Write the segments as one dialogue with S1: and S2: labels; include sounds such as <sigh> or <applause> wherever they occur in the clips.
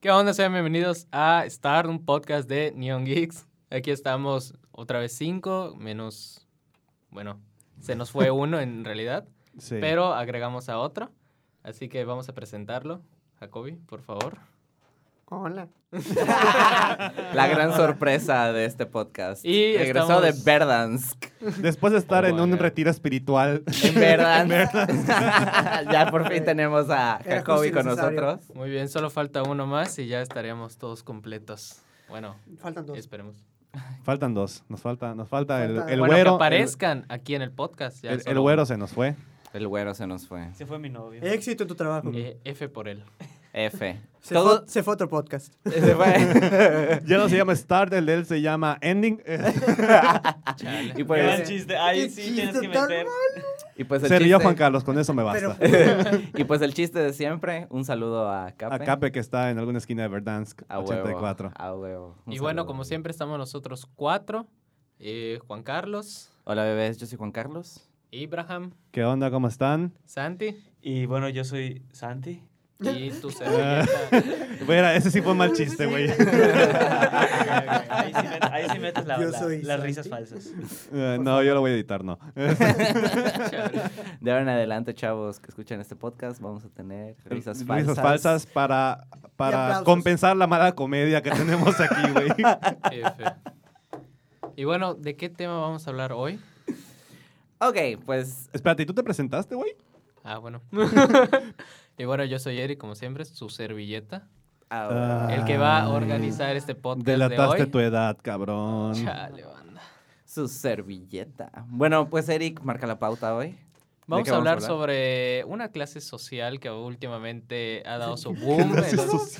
S1: ¿Qué onda? Sean bienvenidos a Star, un podcast de Neon Geeks. Aquí estamos otra vez cinco, menos, bueno, se nos
S2: <laughs>
S1: fue uno en realidad,
S2: Sí.
S1: pero agregamos a otro. Así que vamos a presentarlo. Jacobi, por favor.
S3: Hola. La gran sorpresa de este podcast.
S1: Y
S3: Regresó
S1: estamos-
S3: de Verdansk.
S2: <laughs> Después de estar
S1: Oh
S2: en
S1: my
S2: un
S1: God.
S2: retiro espiritual. <laughs>
S3: En Verdansk. <laughs> ya por fin tenemos a
S4: Era
S3: Jacobi
S4: justo y
S3: con
S4: necesario.
S3: nosotros.
S1: Muy bien, solo falta uno más y ya estaremos todos completos. Bueno,
S4: Faltan dos.
S1: esperemos.
S2: Faltan dos. Nos falta, nos falta el,
S4: Falta-
S2: el
S1: bueno,
S2: güero.
S1: que aparezcan aquí en el podcast. ya
S2: El, el- el
S1: solo-
S2: güero se nos fue.
S3: El güero se nos fue.
S5: Se fue mi novio.
S4: Éxito en tu trabajo.
S1: Eh, F por él.
S3: F.
S4: Se,
S3: Todo-
S4: fue, se fue otro podcast.
S3: Se fue.
S2: Ya no se llama Start, el de él se llama Ending. Ah,
S1: <laughs> Chale.
S3: y
S5: Gran
S3: pues,
S5: chiste. Ahí
S4: Qué
S5: sí
S4: chiste
S5: tienes que
S4: tan
S5: meter.
S3: y pues
S2: <laughs>
S3: el
S2: se rió
S3: chiste-
S2: Juan Carlos, con eso me
S4: Pero
S2: <laughs> basta.
S3: <laughs> Y pues el chiste de siempre. Un saludo a Cape.
S2: A Cape que está en alguna esquina de Verdansk,
S3: A huevo,
S2: 84.
S3: A huevo. Un
S1: Y bueno,
S3: saludo.
S1: como siempre estamos nosotros cuatro. Eh, Juan Carlos,
S3: Hola bebés, yo soy Juan Carlos.
S1: Ibrahim,
S2: ¿Qué onda? ¿Cómo están?
S1: Santi
S5: Y bueno, yo soy
S4: <laughs>
S5: Santi. <laughs>
S1: y tu servilleta.
S2: Mira, ese sí fue mal chiste, güey. <laughs>
S5: Ahí sí, met- ahí sí metes la,
S4: Yo
S5: la-
S4: soy
S5: las
S4: Santi.
S5: risas falsas.
S2: Eh, no, yo lo voy a editar, no.
S3: De ahora en adelante, chavos que escuchan este podcast, vamos a tener
S2: <laughs>
S3: risas falsas.
S2: falsas para,
S4: Y
S2: para
S4: aplausos.
S2: compensar la mala comedia que tenemos aquí, güey.
S1: F. Y bueno, ¿de qué tema vamos a hablar hoy?
S3: Ok, pues
S2: Espérate, ¿y tú te presentaste, güey?
S1: Ah, bueno. y bueno, yo soy Eric, como siempre, su servilleta.
S3: ahora-
S1: El que va a
S2: Ay.
S1: organizar este podcast
S2: Delataste
S1: de hoy.
S2: tu edad, cabrón.
S1: Chale, banda.
S3: Su servilleta. Bueno, pues Eric marca la pauta hoy.
S1: Vamos a
S3: qué vamos a
S1: hablar
S3: hablar?
S1: sobre una clase social que últimamente ha dado su boom. en los-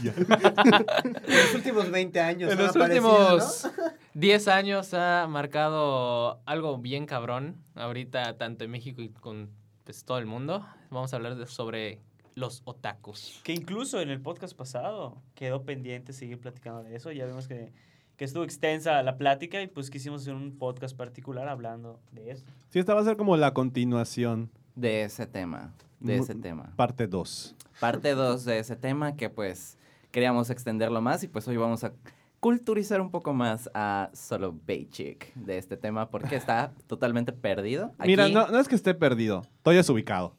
S4: En los últimos 20 años.
S1: En
S4: han
S1: los
S4: aparecido,
S1: últimos
S4: ¿no? <laughs>
S1: 10 años ha marcado algo bien cabrón, ahorita tanto en México y con pues, todo el mundo. Vamos a hablar de- sobre los otakus.
S5: Que incluso en el podcast pasado quedó pendiente seguir platicando de eso. Ya vimos que, que estuvo extensa la plática y pues quisimos hacer un podcast particular hablando de eso.
S2: Sí, esta va a ser como la continuación,
S3: De ese tema. De
S2: Mu-
S3: ese tema.
S2: parte 2.
S3: Parte 2 de ese tema que pues queríamos extenderlo más y pues hoy vamos a culturizar un poco más a Solo Basic de este tema
S2: <laughs>
S3: porque está totalmente perdido. Aquí-
S2: Mira, no, no es que esté perdido, estoy desubicado.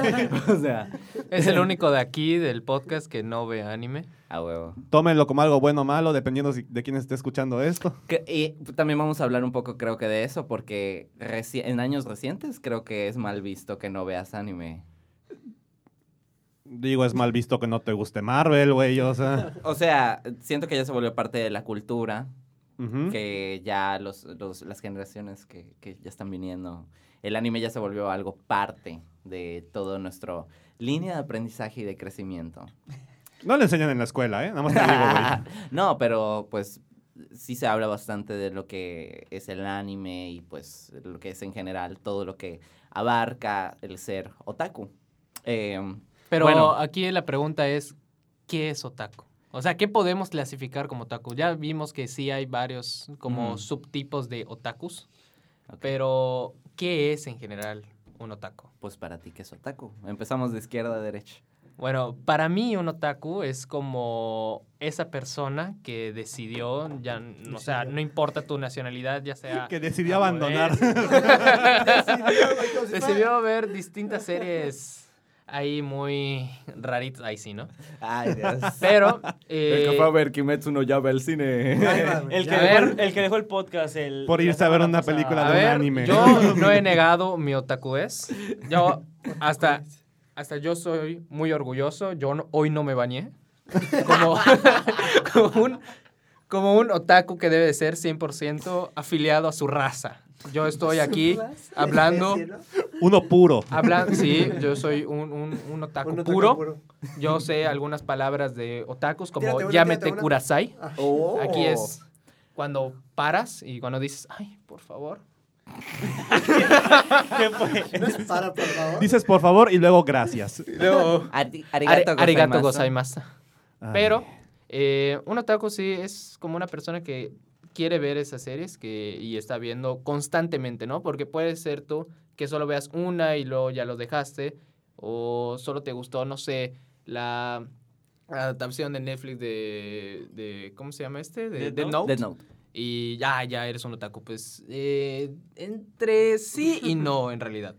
S3: <laughs> o sea,
S1: Es
S4: <laughs>
S1: el único de aquí del podcast que no ve anime.
S3: a huevo.
S2: Tómenlo como algo bueno o malo, dependiendo si- de quién esté escuchando esto.
S3: Que- Y también vamos a hablar un poco, creo que, de eso, porque reci- en años recientes creo que es mal visto que no veas anime.
S2: Digo, es mal visto que no te guste Marvel, güey,
S1: <laughs>
S2: o sea.
S3: O sea, siento que ya se volvió parte de la cultura,
S2: Ujú.
S3: que ya los, los- las generaciones que, que ya están viniendo, el anime ya se volvió algo parte de todo nuestro línea de aprendizaje y de <laughs> crecimiento.
S2: No le enseñan en la escuela, ¿eh? Nada más te digo, güey.
S3: no, pero pues sí se habla bastante de lo que es el anime y pues lo que es en general todo lo que abarca el ser otaku. Eh,
S1: Pero
S3: Bueno.
S1: aquí la pregunta es, ¿qué es otaku? O sea, ¿qué podemos clasificar como otaku? Ya vimos que sí hay varios como
S3: Mm.
S1: subtipos de otakus,
S3: Ok.
S1: pero ¿qué es en general un otaku?
S3: pues para ti, ¿qué es otaku? Empezamos de izquierda a derecha.
S1: Bueno, para mí un otaku es como esa persona que decidió, ya, n- o sea, no importa tu nacionalidad, ya sea...
S2: Que decidió abandonar.
S4: <laughs>
S1: japonés.
S4: Ay, como si
S1: <laughs>
S4: fuera-
S1: decidió ver distintas series ahí muy raritas, ahí sí, ¿no?
S3: Ay, <laughs> Dios.
S1: Pero... eh,
S3: ver Kimetsu no Yaba al
S4: Ahí
S3: cine.
S4: va, güey.
S5: El que,
S1: A
S5: dejó,
S1: ver.
S5: el- el que dejó el podcast. El,
S2: Por
S5: la
S2: irse a ver
S5: semana
S2: una
S5: pasada.
S2: película
S1: A
S2: de un
S1: ver,
S2: anime. <laughs>
S1: yo no he negado mi otakuez. Yo hasta, hasta yo soy muy orgulloso. Yo no- hoy no me bañé. Como, <laughs> como un, como un otaku que debe de ser 100% afiliado a su raza. Yo estoy aquí hablando...
S4: Especie, ¿no?
S2: Uno puro.
S1: Habla, sí, yo soy un, un- un otaku
S4: Un otaku
S1: puro.
S4: puro.
S1: Yo sé algunas palabras de otakus como
S4: Tírate una,
S1: llámete
S4: tírate una.
S1: kurasai.
S4: Ah,
S1: Aquí es cuando paras y cuando dices, ay, por favor,
S5: ¿Qué fue?
S4: No es para, por favor.
S2: Dices por favor y luego gracias.
S3: Ari-
S1: Ari-
S3: arigato,
S1: Arigato
S3: gozaimasu.
S1: gozaimasu.
S2: Ay.
S1: Pero eh, un otaku sí es como una persona que quiere ver esas series que, y está viendo constantemente, ¿no? Porque puede ser tú que solo veas una y luego ya lo dejaste o solo te gustó, no sé, la adaptación de Netflix de, de ¿cómo se llama este? De
S5: Death
S1: Death
S5: Note.
S1: Note.
S3: Death Note.
S1: Y ya, ya eres un otaku. Pues eh, entre sí y no, en realidad.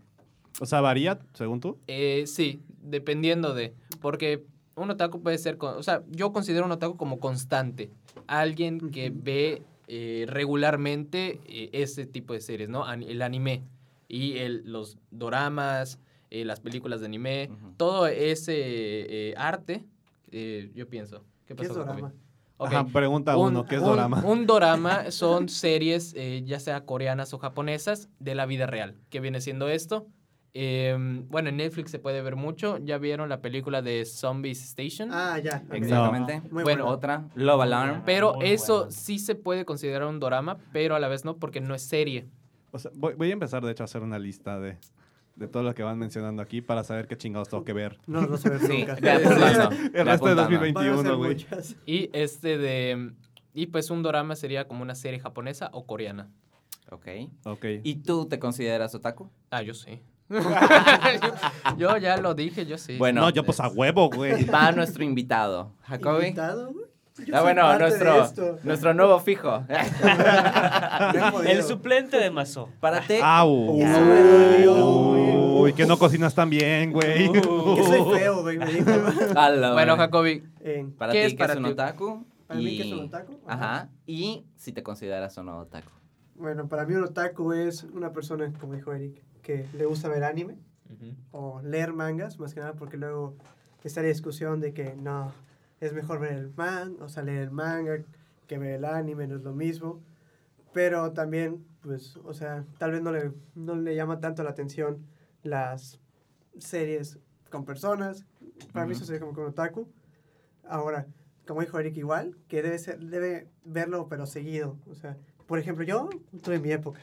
S2: O sea, varía, según tú.
S1: Eh, sí, dependiendo de. Porque un otaku puede ser. con- o sea, yo considero un otaku como constante. Alguien que
S4: Ujú.
S1: ve eh, regularmente eh, ese tipo de series, ¿no? An- el anime. Y el- los doramas, eh, las películas de anime.
S3: Ujú.
S1: Todo ese eh, arte, eh, yo pienso. ¿Qué
S4: ¿Qué es
S1: pasó, Jacobi?
S4: drama?
S1: Ok.
S2: Ajá, pregunta
S1: Un-
S2: uno, ¿qué es
S1: un-
S2: dorama?
S1: Un dorama son series, eh, ya sea coreanas o japonesas, de la vida real. ¿Qué viene siendo esto? Eh, bueno, en Netflix se puede ver mucho. ¿Ya vieron la película de Zombies Station?
S4: Ah, ya.
S3: Exactamente.
S4: Muy
S1: Bueno,
S4: buena.
S3: Otra, Love Alarm.
S1: pero
S5: muy
S1: eso
S5: buena.
S1: sí se puede considerar un dorama, pero a la vez no, porque no es serie.
S2: O sea, voy, voy a empezar, de hecho, a hacer una lista de, de todo lo que van mencionando aquí para saber qué chingados tengo que ver.
S4: No los vas a ver
S3: Sí,
S4: nunca.
S3: ve apuntando, ve
S2: El resto de
S3: apuntando.
S2: 2020.
S4: Van a
S2: 21,
S4: ser
S2: güey.
S4: muchas.
S1: Y este de... Y pues un dorama sería como una serie japonesa o coreana.
S3: Ok.
S2: Ok.
S3: ¿Y tú te consideras otaku?
S1: Ah, yo
S5: <laughs>
S1: sí. <laughs> yo, yo ya lo dije, yo sí.
S3: Bueno.
S2: no, yo pues a
S1: <laughs>
S2: huevo, güey.
S3: <laughs> Va nuestro invitado, Jacobi.
S4: Invitado, güey. Yo
S3: Ah,
S4: soy
S3: bueno,
S4: parte de
S3: nuestro, <laughs>
S4: esto.
S3: nuestro nuevo fijo.
S4: No he podido.
S5: El suplente de Mazó.
S3: <laughs> Para ti.
S2: ¡Au!
S3: Ya.
S2: Uy, que no cocinas tan bien, güey. <laughs>
S4: Que soy feo, güey, me dijo.
S3: <laughs> A la
S1: Bueno,
S3: madre.
S1: Jacobi,
S4: Eh,
S3: Para
S1: ¿Qué
S3: ti,
S1: es
S3: que
S1: para
S3: es un
S1: ti?
S3: otaku?
S4: Para mí,
S3: y-
S4: ¿qué es un otaku? Ajá.
S3: Ajá. Y si te consideras un otaku.
S4: Bueno, para mí un otaku es una persona, como dijo Eric, que le gusta ver anime o leer mangas, más que nada porque luego está la discusión de que no, es mejor ver el man, o sea, leer el manga que ver el anime, no es lo mismo. Pero también, pues, o sea, tal vez no le, no le llama tanto la atención las series con personas. Para mí
S3: Ujú.
S4: eso sería como con otaku. Ahora, como dijo Eric igual, que debe, ser, debe verlo pero seguido. O sea, por ejemplo, yo tuve mi época.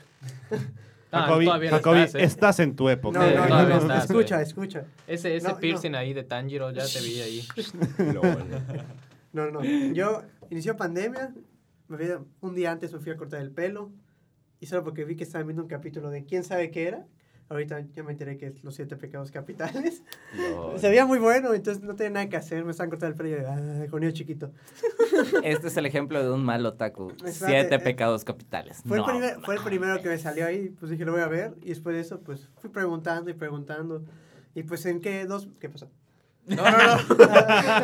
S1: Ah,
S2: Jacobi,
S1: todavía no
S2: Jacobi,
S1: estás,
S2: estás,
S1: ¿eh?
S2: en tu
S4: No,
S2: época.
S1: Sí,
S4: no, no,
S1: todavía
S4: no,
S1: estás,
S4: escucha, escucha.
S1: Ese, ese
S4: No, no.
S1: piercing ahí de Tanjiro, ya te vi
S4: <laughs>
S1: ahí.
S4: No, no, no. Yo inició pandemia, me fui- un día antes me fui a cortar el pelo y solo porque vi que estaban viendo un capítulo de quién sabe qué era. Ahorita yo me enteré que es los siete pecados capitales.
S3: Lol.
S4: Se veía muy bueno, entonces no tenía nada que hacer. Me estaban cortando el pelo y yo, ah, con niño chiquito.
S3: Este es el ejemplo de un mal otaku.
S4: Espérate,
S3: Siete
S4: eh,
S3: pecados capitales.
S4: Fue,
S3: No,
S4: el primer- fue el
S3: mames.
S4: primero que me salió ahí, pues dije, lo voy a ver. Y después de eso, pues fui preguntando y preguntando. Y pues en qué dos... ¿Qué pasó? Ah,
S1: No, no,
S4: <laughs>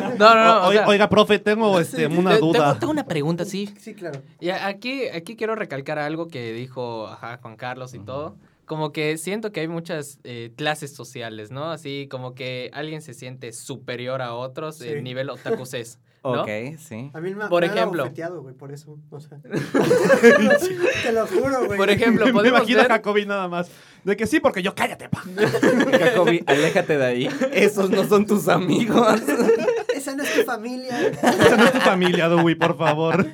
S1: no. No, no, no. o
S2: O-
S1: sea,
S2: Oiga, profe, tengo este, una
S1: te-
S2: duda.
S1: Tengo, tengo una pregunta, sí.
S4: Sí, claro.
S1: Y a- aquí, aquí quiero recalcar algo que dijo ajá, Juan Carlos y
S3: Ujú.
S1: todo. Como que siento que hay muchas eh, clases sociales, ¿no? Así como que alguien se siente superior a otros
S4: Sí.
S1: en nivel otakusés.
S4: <laughs>
S1: ¿no?
S3: Ok, sí.
S4: A mí me,
S1: Por
S4: me han
S1: ejemplo.
S4: abofeteado, güey, por eso.
S2: <laughs>
S4: O sea. te lo juro, güey.
S1: Por ejemplo,
S2: Me
S1: podemos
S2: imagino
S1: ver-
S2: a Jacobi nada más. De que sí, porque yo cállate, pa. <laughs>
S3: Jacobi, aléjate de ahí. Esos no son tus amigos.
S4: <laughs> Esa no es tu familia.
S2: Esa no es tu familia, Dewey, por favor.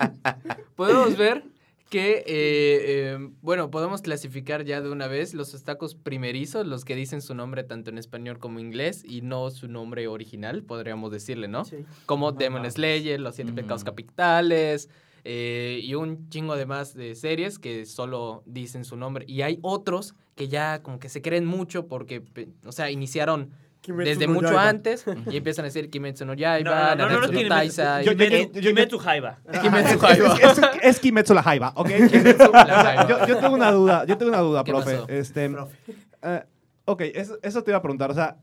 S1: podemos ver que, eh, eh, bueno, podemos clasificar ya de una vez los otakus primerizos, los que dicen su nombre tanto en español como inglés y no su nombre original, podríamos decirle, ¿no?
S4: Sí.
S1: como
S5: No
S1: Demon
S5: mames.
S1: Slayer, Los Siete
S3: Ujú.
S1: Pecados Capitales eh, y un chingo de más de series que solo dicen su nombre. Y hay otros que ya como que se creen mucho porque, pe- o sea, iniciaron
S4: Kimetsu
S1: desde
S4: no
S1: mucho
S4: Yaiba.
S1: antes y empiezan a decir Kimetsu no Yaiba,
S5: No, no, no, no, no
S1: Nanatsu no
S5: tiene
S1: Taizai,
S2: Yo- yo-
S5: Kimetsu-
S2: yo- yo-
S5: Kimetsu Jaiba.
S1: Kimetsu no
S2: <laughs> Es,
S1: Yaiba.
S2: es- es Kimetsu la Jaiba, ¿ok?
S1: Kimetsu la Yaiba.
S2: yo, yo tengo una duda, yo tengo una duda,
S1: ¿Qué
S2: profe.
S1: pasó?
S2: Este,
S4: Profe.
S2: eh, ok, eso, eso te iba a preguntar. O sea,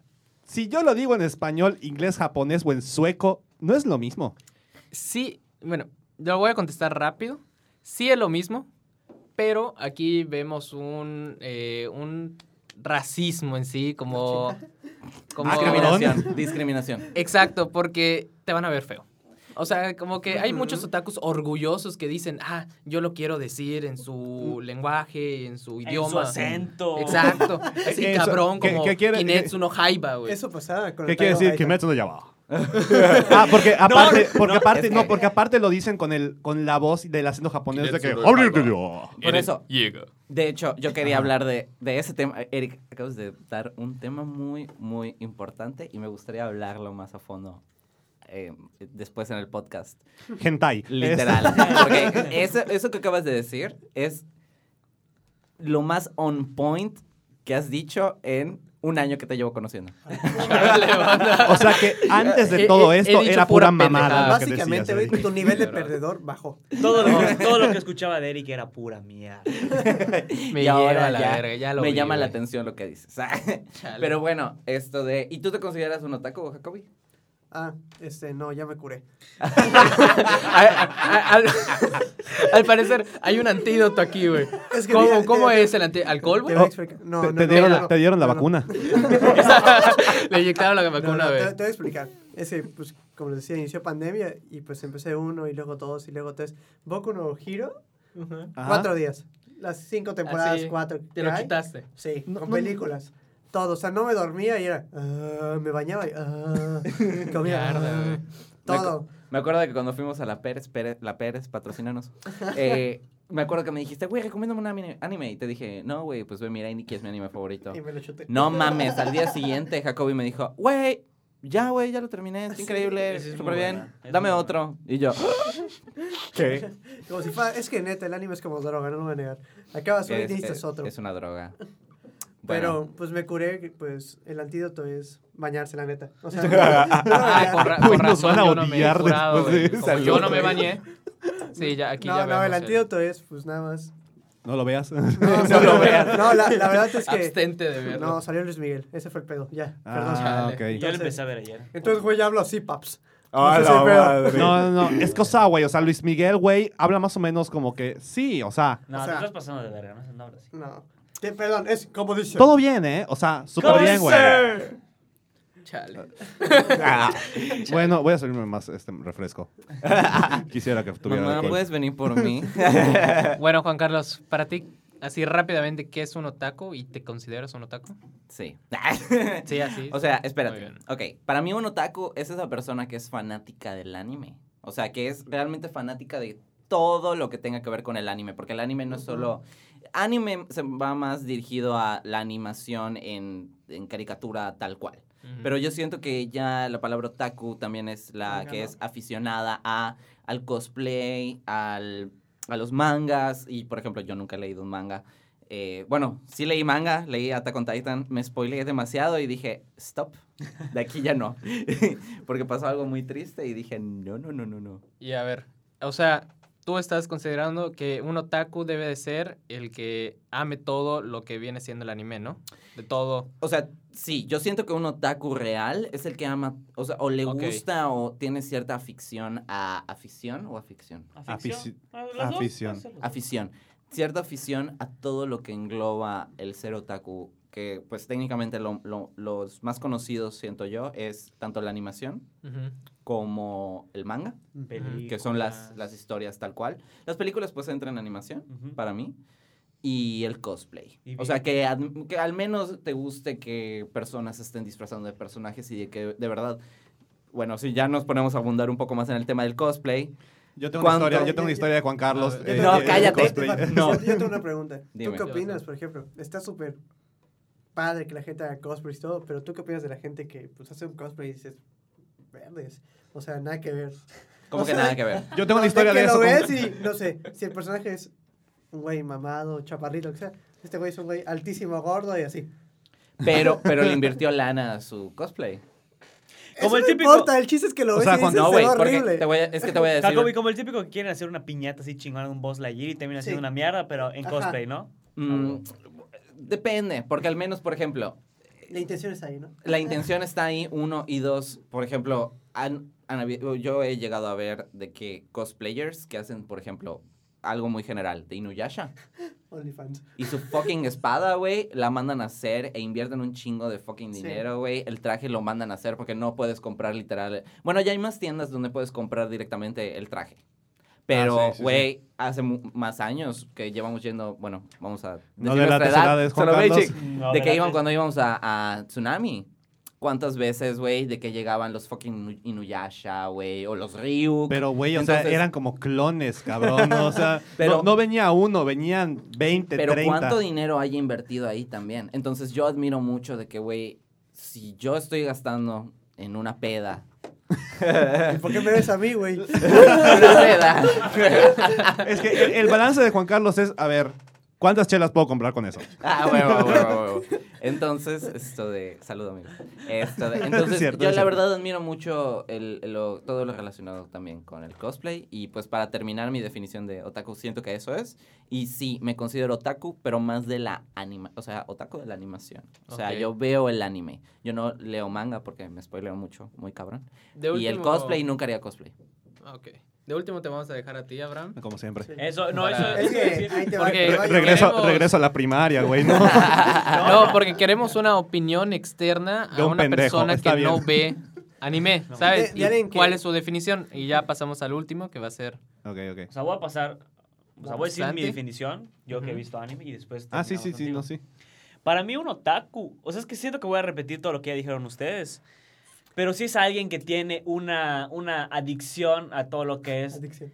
S2: si yo lo digo en español, inglés, japonés o en sueco, no es lo mismo.
S1: Sí, bueno, yo voy a contestar rápido. Sí es lo mismo, pero aquí vemos un, eh, un racismo en sí, como... como
S3: Ah, Discriminación. Discriminación.
S1: Exacto, porque te van a ver feo. O sea, como que hay muchos otakus orgullosos que dicen, ah, yo lo quiero decir en su lenguaje, en su
S5: En su
S1: idioma.
S5: acento.
S1: Exacto. Así
S2: Eso,
S1: cabrón,
S2: ¿qué-
S1: como
S2: qué quiere-
S1: Kinetsu no Haiba, güey.
S4: Eso pasaba con
S2: ¿Qué
S4: el
S2: quiere
S4: Taigo
S2: decir
S4: Aita.
S2: Kimetsu no Yaiba? <laughs> ah, porque aparte,
S5: no,
S2: porque
S5: no,
S2: aparte,
S3: es
S2: no,
S3: que-
S2: porque aparte lo dicen con el, con la voz del acento japonés de que.
S1: Kimetsu no Yaiba.
S2: "Hori yo".
S3: Por eso,
S1: Llega.
S3: de hecho, yo quería hablar de, de ese tema. Eric, acabas de dar un tema muy, muy importante y me gustaría hablarlo más a fondo eh, después en el podcast.
S2: Hentai.
S3: Literal. Porque <laughs> eso, eso que acabas de decir es lo más on point que has dicho en un año que te llevo conociendo.
S2: <laughs> O sea que antes
S1: He-
S2: de todo
S1: he- he
S2: esto
S1: dicho
S2: era
S1: pura
S2: pura mamada.
S1: pendejada.
S2: lo que decías,
S4: Básicamente,
S2: Eric.
S4: güey, tu
S1: <laughs>
S4: nivel de perdedor bajó.
S5: Todo lo, que, todo lo que escuchaba de Eric era pura mierda.
S1: Me
S3: Y
S1: lleva
S3: ahora
S1: a la
S3: ya
S1: verga, ya lo
S3: Me
S1: vi,
S3: llama la
S1: güey.
S3: atención lo que dices. <laughs>
S1: Chale.
S3: Pero bueno, esto de... ¿Y tú te consideras un otaku, Jacobi?
S4: Ah, este, no, ya me curé.
S1: A- a- a- al, al parecer hay un antídoto aquí, güey.
S4: Es que
S1: ¿Cómo,
S4: mira,
S1: cómo
S4: te-
S1: es el antídoto? ¿Alcohol,
S4: Te
S1: güey? <laughs>
S4: voy a explicar. No,
S2: ¿eh? Te-
S4: no,
S2: te
S4: no,
S2: dieron
S4: no,
S2: la-
S4: no.
S2: Te dieron la
S4: No, no. <laughs>
S2: vacuna. <laughs>
S1: Le inyectaron la
S4: No,
S1: vacuna,
S4: no,
S1: güey.
S4: te, te voy a explicar. Es que, pues, como les decía, inició pandemia y pues empecé uno y luego dos y luego tres. Boku no Hero,
S2: Ajá.
S4: cuatro días. Las cinco temporadas,
S1: Ah, sí.
S4: cuatro.
S1: Te
S4: que
S1: lo
S4: hay.
S1: quitaste.
S4: Sí,
S2: No,
S4: con
S2: no,
S4: películas. Todo, o sea, no me dormía y era, ah, me bañaba y ah, <laughs> comía.
S1: Mierda,
S4: ah,
S1: güey.
S4: todo.
S3: Me acuerdo de que cuando fuimos a la Pérez, Pérez la Pérez, patrocínanos.
S4: <laughs>
S3: eh, me acuerdo que me dijiste, güey, recomiéndame un anime, anime. Y te dije, no, güey, pues ve Miraniki es mi anime favorito.
S4: Y me lo chuté.
S3: No mames, al día siguiente Jacobi me dijo, güey, ya, güey, ya lo terminé,
S4: Ah,
S3: es increíble,
S5: esa es muy
S3: súper bien,
S5: buena, es
S3: dame
S5: muy
S3: otro. Y yo, "Ah,
S2: ¿Qué?
S4: Como si fuera- es que neta, el anime es como droga, no lo voy a negar. Acabas uno y
S3: es,
S4: necesitas
S3: es-
S4: otro.
S3: este, es una droga.
S4: Pero,
S3: Bueno,
S4: pues me curé, pues el antídoto es bañarse, la neta. O sea,
S1: <laughs>
S4: no- no,
S1: Ah,
S4: ya.
S1: con, ra-
S2: Uy,
S1: con
S2: nos
S1: razón
S2: van a
S1: yo no me he
S2: odiar
S1: curado,
S2: después de
S1: güey.
S2: esa
S1: Como yo
S2: luz,
S1: no me
S2: güey.
S1: bañé. Sí, ya aquí
S4: no,
S1: ya
S4: no,
S1: vemos
S4: el
S1: el-
S4: antídoto es, pues nada más.
S2: No lo veas.
S1: <laughs>
S4: No,
S1: No
S4: <laughs>
S1: lo
S4: no,
S1: veas.
S4: no, la, la verdad es que.
S1: Abstente de verlo.
S4: No, salió Luis Miguel. Ese fue el pedo. Ya, perdón.
S2: <laughs> Ah,
S1: Chale.
S2: ok.
S5: Yo lo
S4: Entonces-
S5: empecé a ver ayer.
S4: Entonces, güey, ya hablo así, paps.
S6: Ah,
S4: Ese es el
S6: la
S4: pedo.
S6: madre.
S2: No, no, no. Es cosa, güey. O sea, Luis Miguel, güey, habla más o menos como que sí, o sea.
S5: No,
S4: o
S5: te
S4: sea-
S5: estás pasando de verga, no, no hablas así.
S4: No. Te- perdón, es como dice.
S2: Todo bien, ¿eh? O sea, súper bien, güey.
S1: Chale.
S2: Ah. <laughs> Bueno, voy a servirme más este refresco. Quisiera que tuviera
S3: mamá, pues,
S2: alcohol.
S3: ¿puedes venir por mí?
S4: <laughs>
S1: Bueno, Juan Carlos, para ti, así rápidamente, ¿qué es un otaku y te consideras un otaku?
S3: sí. <laughs>
S1: Sí, así.
S3: O sea,
S1: Muy
S3: espérate.
S1: bien.
S3: Ok, para mí un otaku es esa persona que es fanática del anime. O sea, que es realmente fanática de todo lo que tenga que ver con el anime. Porque el anime no es solo... Anime se va más dirigido a la animación en, en caricatura tal cual.
S1: Ujú.
S3: Pero yo siento que ya la palabra otaku también es la
S4: Manga,
S3: que
S4: ¿no?
S3: es aficionada a, al cosplay, al, a los mangas. Y, por ejemplo, yo nunca he leído un manga. Eh, bueno, sí leí manga, leí Attack on Titan, me spoileé demasiado y dije, stop, de aquí ya no. <laughs> Porque pasó algo muy triste y dije, no, no, no, no, no.
S1: Y a ver, o sea, tú estás considerando que un otaku debe de ser el que ame todo lo que viene siendo el anime, ¿no? De todo.
S3: O sea, sí, yo siento que un otaku real es el que ama, o sea, o le
S1: Ok.
S3: gusta o tiene cierta afición a afición o afición.
S5: Afición.
S2: Afici-
S5: Ah, las dos,
S2: afición.
S5: puede ser los dos.
S3: afición, cierta afición a todo lo que engloba el ser otaku, que pues técnicamente lo- lo- los más conocidos, siento yo, es tanto la animación
S1: Ujú.
S3: como el manga, que son las, las historias tal cual. Las películas pues entran en animación,
S5: Ujú.
S3: para mí, y el cosplay.
S5: Y
S3: o sea, que, adm- que al menos te guste que personas se estén disfrazando de personajes y de que de verdad... Bueno, si ya nos ponemos a abundar un poco más en el tema del cosplay.
S2: Yo tengo
S3: ¿Cuánto?
S2: una historia, yo tengo una historia de Juan Carlos. eh,
S1: No,
S4: Yo te-
S3: no,
S4: yo-
S3: cállate.
S4: yo-
S2: cosplay.
S3: No.
S4: Yo, yo
S1: <laughs>
S4: tengo una pregunta.
S3: Dime.
S4: ¿Tú qué opinas, por ejemplo? Está súper padre que la gente haga cosplays y todo, pero ¿tú qué opinas de la gente que pues, hace un cosplay y dices, verdes? O sea, nada que ver.
S3: Como
S4: O
S3: que
S4: sea,
S3: nada que ver.
S2: Yo tengo una historia
S4: que
S2: de eso.
S4: lo
S2: con-
S4: ves y, no sé, si el personaje es un güey mamado, chaparrito, lo que sea, este güey es un güey altísimo, gordo y así. <laughs>
S3: Pero, pero le invirtió lana a su cosplay.
S5: Como
S4: Eso
S5: el
S4: no
S5: típico-
S4: importa, el chiste es que lo
S2: O
S4: ves
S2: sea,
S4: y dices,
S2: cuando-
S3: No,
S4: "Se
S3: güey,
S4: ve
S3: porque
S4: horrible".
S3: te voy a- es que te voy a decir.
S5: Jacobi, como el típico que quieren hacer una piñata así chingona, un boss Lightyear y termina haciendo
S4: Sí.
S5: una mierda, pero en
S4: Ajá.
S5: cosplay, ¿no?
S3: Mm, depende, porque al menos, por ejemplo,
S4: La intención es ahí, ¿no?
S3: la intención está ahí, uno y dos. Por ejemplo, han- han habido- yo he llegado a ver de que cosplayers que hacen, por ejemplo, algo muy general, de Inuyasha,
S4: OnlyFans.
S3: y su fucking espada, güey, la mandan a hacer e invierten un chingo de fucking
S4: Sí.
S3: dinero, güey. El traje lo mandan a hacer porque no puedes comprar literal. Bueno, ya hay más tiendas donde puedes comprar directamente el traje.
S2: Ah,
S3: Pero,
S2: sí, sí,
S3: güey, hace mu- más años que llevamos yendo, bueno, vamos a...
S2: No
S3: decir
S2: delates
S3: nuestra edad,
S2: edades, Juan
S3: solo
S2: Carlos.
S3: basic
S5: No,
S3: de que
S5: ¿verdad?
S3: iban cuando íbamos a, a Tsunami. ¿Cuántas veces, güey, de que llegaban los fucking Inuyasha, güey, o los Ryu?
S2: Pero, güey, o sea,
S3: Entonces-
S2: eran como clones, cabrón. ¿no? O sea,
S3: Pero-
S2: no, no venía uno, venían 20,
S3: Pero
S2: 30.
S3: cuánto dinero haya invertido ahí también. Entonces yo admiro mucho de que, güey, si yo estoy gastando en una peda. <laughs>
S4: ¿Y ¿Por qué me ves a mí, güey? <laughs>
S3: una peda.
S2: Es que el, el balance de Juan Carlos es, a ver, ¿Cuántas chelas puedo comprar con eso?
S3: Ah, huevo, huevo, huevo. <laughs> Entonces, esto de. Salud, amigo. Esto <laughs> de- entonces,
S2: Cierto,
S3: yo la
S2: cierto.
S3: verdad admiro mucho el- lo- todo lo relacionado también con el cosplay. Y pues, para terminar mi definición de otaku, siento que eso es. Y sí, me considero otaku, pero más de la anima. O sea, otaku de la animación. O sea,
S1: Ok.
S3: yo veo el anime. Yo no leo manga porque me spoileo mucho, muy cabrón.
S1: De
S3: Y el
S1: último-
S3: cosplay, nunca haría cosplay.
S1: Ok. De último te vamos a dejar a ti, Abraham.
S2: Como siempre.
S5: Eso, no,
S1: Para- Es
S5: eso,
S4: Es
S5: eso iba a decir.
S4: que ahí te va.
S5: Eh,
S1: Porque-
S4: te va a llevar-
S2: regreso,
S1: queremos-
S2: regreso a la primaria, güey, ¿no?
S1: Ah, No, porque queremos una opinión externa
S2: De
S1: a
S2: un
S1: una
S2: pendejo,
S1: persona
S2: está
S1: que no
S2: bien.
S1: ve anime,
S5: No.
S1: ¿sabes?
S4: De- de
S1: Y
S4: alguien que-
S1: ¿Cuál es su definición? Y ya pasamos al último, que va a ser...
S2: ok, ok.
S5: O sea, voy a pasar. O sea, voy a decir mi
S1: Bastante.
S5: definición. Yo que he
S1: Ujú.
S5: visto anime y después.
S2: Ah, sí,
S5: terminamos
S2: sí, sí,
S5: contigo.
S2: no, sí.
S5: Para mí, un otaku. O sea, es que siento que voy a repetir todo lo que ya dijeron ustedes. Pero sí es alguien que tiene una, una adicción a todo lo que es
S4: Adicción.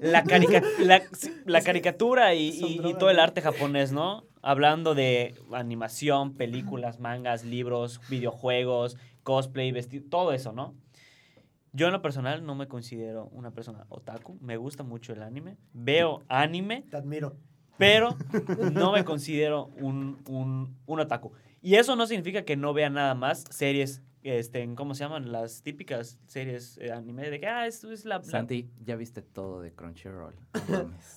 S5: la, carica-
S4: <laughs>
S5: la, sí, la caricatura y,
S4: son
S5: y- y
S4: drogas,
S5: todo el
S4: ¿no?
S5: arte japonés, ¿no? Hablando de animación, películas, mangas, libros, videojuegos, cosplay, vestir, todo eso, ¿no? Yo en lo personal no me considero una persona otaku, me gusta mucho el anime, veo anime,
S4: Te admiro.
S5: pero no me considero un, un, un otaku. Y eso no significa que no vea nada más series, este, ¿cómo se llaman? Las típicas series eh, anime de que, ah, esto es la... la-
S3: Santi, ya viste todo de Crunchyroll. No mames.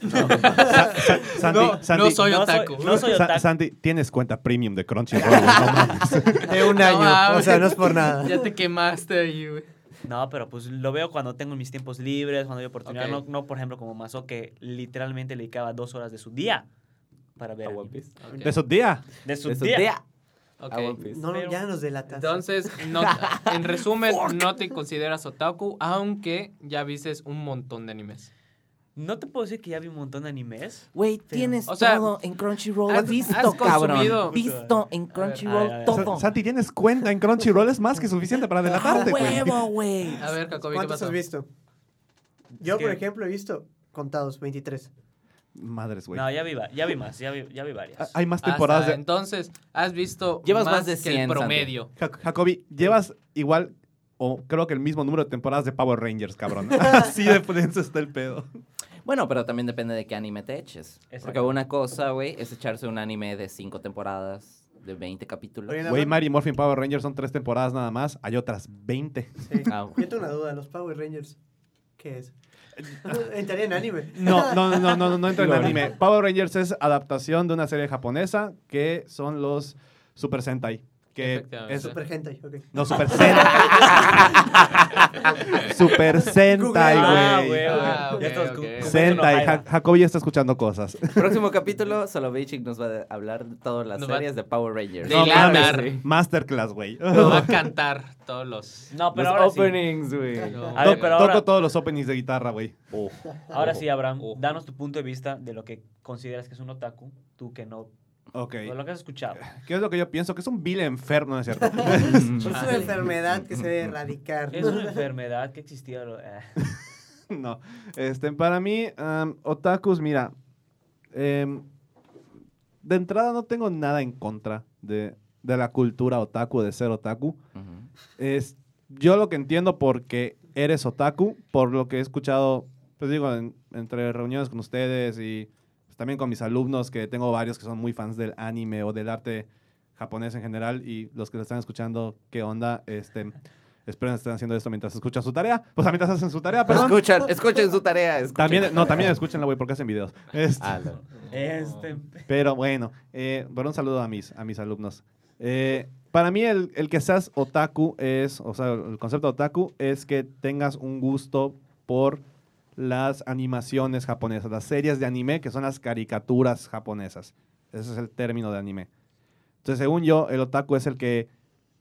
S2: Sa- Sa- Santi,
S1: No,
S2: Santi,
S1: no soy
S5: no soy-
S1: otaku.
S5: no soy
S2: Sa-
S5: otaku.
S2: Santi, tienes cuenta premium de Crunchyroll, güey, no mames.
S4: De un
S1: No
S4: año. o
S1: mames.
S4: sea, no es
S1: <laughs>
S4: por nada.
S1: Ya te quemaste ahí, güey.
S5: No, pero pues lo veo cuando tengo mis tiempos libres, cuando hay oportunidad.
S1: Ok.
S5: No, no, por ejemplo, como Mazo, que literalmente le dedicaba dos horas de su día para ver.
S3: A One
S5: anime.
S3: Piece.
S1: Ok,
S2: De Ah, esos días.
S5: De su
S3: Ah, De su
S5: día.
S3: tía.
S1: ok.
S3: A One Piece.
S4: No, no, ya nos delatas.
S1: Entonces,
S4: <laughs>
S1: no, en resumen, no te consideras otaku, aunque ya vistes un montón de animes.
S5: No te puedo decir que ya vi un montón de animes.
S3: Güey, tienes
S1: O sea,
S3: todo en Crunchyroll.
S1: has-
S3: Has visto,
S1: has
S3: cabrón.
S1: consumido-
S3: Visto en Crunchyroll
S5: a ver, a ver.
S2: Sa-
S3: todo.
S2: Santi, tienes cuenta en Crunchyroll, es más que suficiente para
S3: ¡A
S2: delatarte, güey.
S3: huevo, güey!
S1: A ver, Jacobi, ¿qué
S4: ¿Cuántos
S1: pasó?
S4: has visto? Yo,
S1: Es que-
S4: por ejemplo, he visto contados 23.
S2: Madres, güey.
S5: No, ya vi, va- ya vi más, ya vi, ya vi varias.
S2: Ah, Hay más
S1: Hasta
S2: temporadas de...
S1: Entonces, has visto
S3: Llevas más
S1: más,
S3: de
S1: de
S3: 100,
S1: que el
S3: Santi.
S2: <laughs>
S1: promedio.
S2: Ja- Jacobi, llevas igual o creo que el mismo número de temporadas de Power Rangers, cabrón. <laughs> Así de denso está el pedo.
S3: Bueno, pero también depende de qué anime te eches. Porque
S5: Exacto.
S3: una cosa, güey, es echarse un anime de cinco temporadas, de 20 capítulos.
S4: Oye,
S2: Güey, Mary Morphin Power Rangers son tres temporadas nada más. Hay otras 20.
S4: Sí.
S3: Ah.
S4: Yo tengo una duda. ¿Los Power Rangers qué es? Entraría en anime. Ah,
S2: No, no, no, no, no, no entra en
S3: Lo
S2: anime. Power Rangers es adaptación de una serie japonesa que son los Super Sentai. Que
S1: Efectivamente.
S2: es,
S4: Super Hentai, ok.
S2: no, Super Sentai. <laughs> Super
S5: Ah,
S2: Sentai,
S5: güey,
S2: güey.
S1: Ah,
S5: güey. Ya
S1: ok,
S5: estamos
S1: ok.
S5: con- con-
S2: Sentai.
S5: con-
S2: Ja- Jacobi ya está escuchando cosas.
S3: Próximo capítulo, Soloveitchik nos va a hablar de todas las
S1: Nos va-
S3: series de Power Rangers. <laughs>
S1: De No la-
S2: mames,
S1: Lanar.
S2: sí. Masterclass, güey.
S1: Lo va a cantar todos los...
S5: No, pero
S3: Los
S5: ahora sí.
S3: openings, güey.
S1: No,
S5: A ver,
S1: güey.
S2: <laughs>
S5: pero
S2: Toco
S5: ahora-
S2: todos los openings de guitarra, güey.
S5: Ahora sí, Abraham,
S1: Ojo.
S5: danos tu punto de vista de lo que consideras que es un otaku, tú que no,
S2: Ok.
S5: de lo que has escuchado.
S2: ¿Qué es lo que yo pienso? Que es un vil enfermo, ¿no es cierto?
S4: Es
S3: Mm.
S4: una enfermedad que se debe erradicar.
S5: Es una enfermedad que existía. lo- eh.
S2: <laughs> no. Este, para mí, am, otakus, mira. em, de entrada no tengo nada en contra de, de la cultura otaku, de ser otaku.
S3: Ujú.
S2: Es, yo lo que entiendo porque eres otaku, por lo que he escuchado, pues digo, en- entre reuniones con ustedes y pues, también con mis alumnos, que tengo varios que son muy fans del anime o del arte japonés en general, y los que lo están escuchando, ¿qué onda? Este, espero que estén haciendo esto mientras escuchan su tarea. Pues mientras hacen su tarea, perdón.
S3: Escuchan, escuchen su tarea. escuchen
S2: También,
S3: su
S2: no,
S3: tarea.
S2: también escúchenla, güey, porque hacen videos. Este,
S3: Ah, lo-
S5: Este.
S2: pero bueno, eh, bueno, un saludo a mis, a mis alumnos. Eh, para mí el, el que seas otaku es, o sea, el concepto de otaku es que tengas un gusto por las animaciones japonesas, las series de anime que son las caricaturas japonesas. Ese es el término de anime. Entonces, según yo, el otaku es el que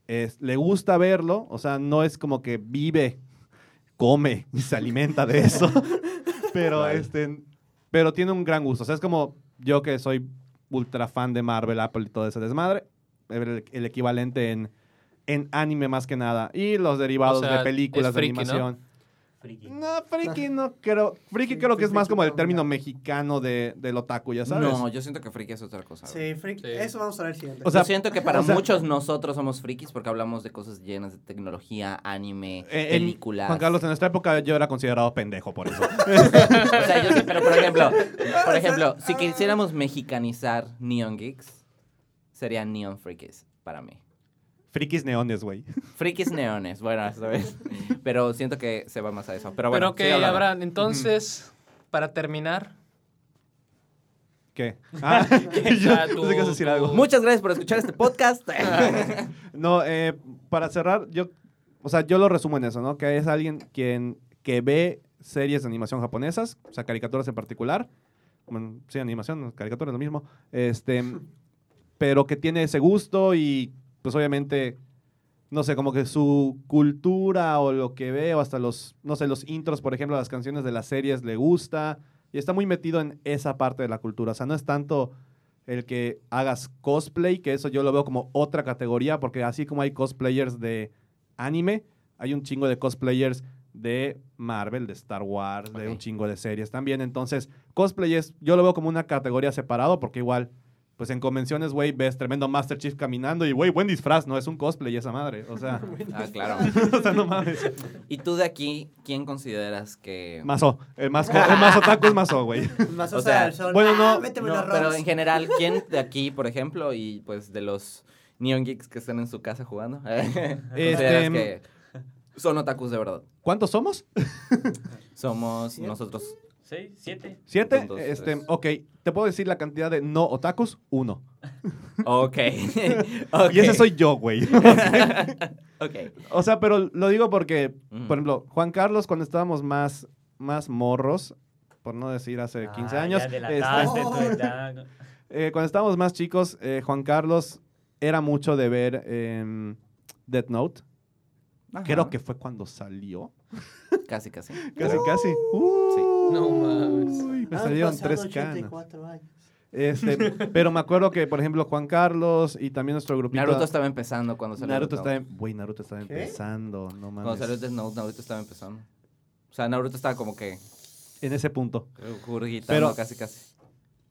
S2: es- le gusta verlo, o sea, no es como que vive, come y se alimenta de eso, pero
S3: Vale.
S2: este, pero tiene un gran gusto. O sea, es como yo que soy ultra fan de Marvel, Apple y todo ese desmadre, el, el equivalente en, en anime más que nada y los derivados
S1: O sea,
S2: de películas
S1: es friki,
S2: de
S1: ¿no?
S2: animación.
S5: friki.
S2: No, friki no creo. Friki creo que es más como el término mexicano de, del otaku, ya sabes.
S3: No, yo siento que friki es otra cosa. güey.
S4: Sí, freak.
S1: Sí.
S4: Eso vamos a ver siguiente.
S2: O sea,
S3: yo siento que para
S2: o sea-
S3: muchos nosotros somos frikis porque hablamos de cosas llenas de tecnología, anime,
S2: Eh, en-
S3: películas.
S2: Juan Carlos, en nuestra época yo era considerado
S1: <laughs>
S2: pendejo por eso.
S3: O sea, yo sé, pero por ejemplo, por ejemplo, si quisiéramos mexicanizar Neon Geeks, serían Neon Freakies para mí.
S2: Frikis neones, güey.
S3: Freakies neones, bueno, esta vez. Pero siento que se va más a eso.
S1: Pero
S3: Pero Ah, bueno,
S1: ok,
S3: sigue hablando.
S1: Abraham, entonces, para terminar, <laughs>
S2: ¿Qué? Ah, <laughs> yo
S1: Ah,
S2: pensé
S1: tú-
S2: que ibas a decir
S1: tú-
S2: algo.
S3: Muchas gracias por escuchar este podcast.
S2: No, eh, para cerrar, yo, o sea, yo lo resumo en eso, ¿no? Que es alguien quien que ve series de animación japonesas, o sea, caricaturas en particular. Bueno, sí, animación, caricaturas lo mismo. Este, <laughs> pero que tiene ese gusto y, pues, obviamente, no sé, como que su cultura o lo que ve, o hasta los, no sé, los intros, por ejemplo, las canciones de las series le gusta. Y está muy metido en esa parte de la cultura. O sea, no es tanto el que hagas cosplay, que eso yo lo veo como otra categoría, porque así como hay cosplayers de anime, hay un chingo de cosplayers de Marvel, de Star Wars, de
S3: Ok.
S2: un chingo de series también. Entonces, cosplay es, yo lo veo como una categoría separado, porque igual, pues en convenciones, güey, ves tremendo Master Chief caminando y, güey, buen disfraz, no es un cosplay esa madre. O sea,
S3: <laughs> Ah, claro.
S2: <laughs> o sea no mames.
S3: Y tú de aquí, ¿quién consideras que...
S2: Mazo, el más, co- el más otaku es mazo, güey.
S4: Más
S3: o
S4: o sea,
S3: sea,
S4: el sol.
S2: bueno, no,
S4: Ah, méteme
S3: No,
S4: los
S3: pero
S4: rocks.
S3: en general, ¿quién de aquí, por ejemplo, y pues de los Neon Geeks que están en su casa jugando? <laughs> consideras que son otakus de verdad.
S2: ¿Cuántos somos?
S3: Somos
S4: ¿Siete?
S3: nosotros.
S5: ¿Seis? ¿Siete?
S2: ¿Siete?
S3: Un, dos,
S2: este,
S3: tres.
S2: ok, te puedo decir la cantidad de no otakus, uno. <laughs>
S3: Ok. ok.
S2: Y ese soy yo,
S3: <laughs>
S2: güey.
S3: Ok.
S2: o sea, pero lo digo porque,
S3: Ujú.
S2: por ejemplo, Juan Carlos, cuando estábamos más, más morros, por no decir hace 15
S5: Ah,
S2: años,
S5: ya
S2: este,
S5: delataste
S4: este-
S5: tu edad.
S2: eh, cuando estábamos más chicos, eh, Juan Carlos era mucho de ver em, Death Note.
S3: Ajá.
S2: Creo que fue cuando salió.
S3: Casi, casi.
S2: Casi, casi. Uy,
S1: No mames.
S2: Me
S4: Han
S2: salieron
S4: pasado
S2: tres canas.
S4: 84 años.
S2: Este, pero me acuerdo que, por ejemplo, Juan Carlos y también nuestro grupito.
S3: Naruto estaba empezando cuando salió.
S2: Naruto
S3: Death
S2: estaba,
S3: Note.
S2: em- güey, Naruto estaba
S4: ¿Qué?
S2: empezando, no
S3: Cuando salió Death
S2: mames.
S3: Note, Naruto estaba empezando. O sea, Naruto estaba como que uh,
S2: En ese punto.
S3: gurgitando
S2: Pero-
S3: casi, casi.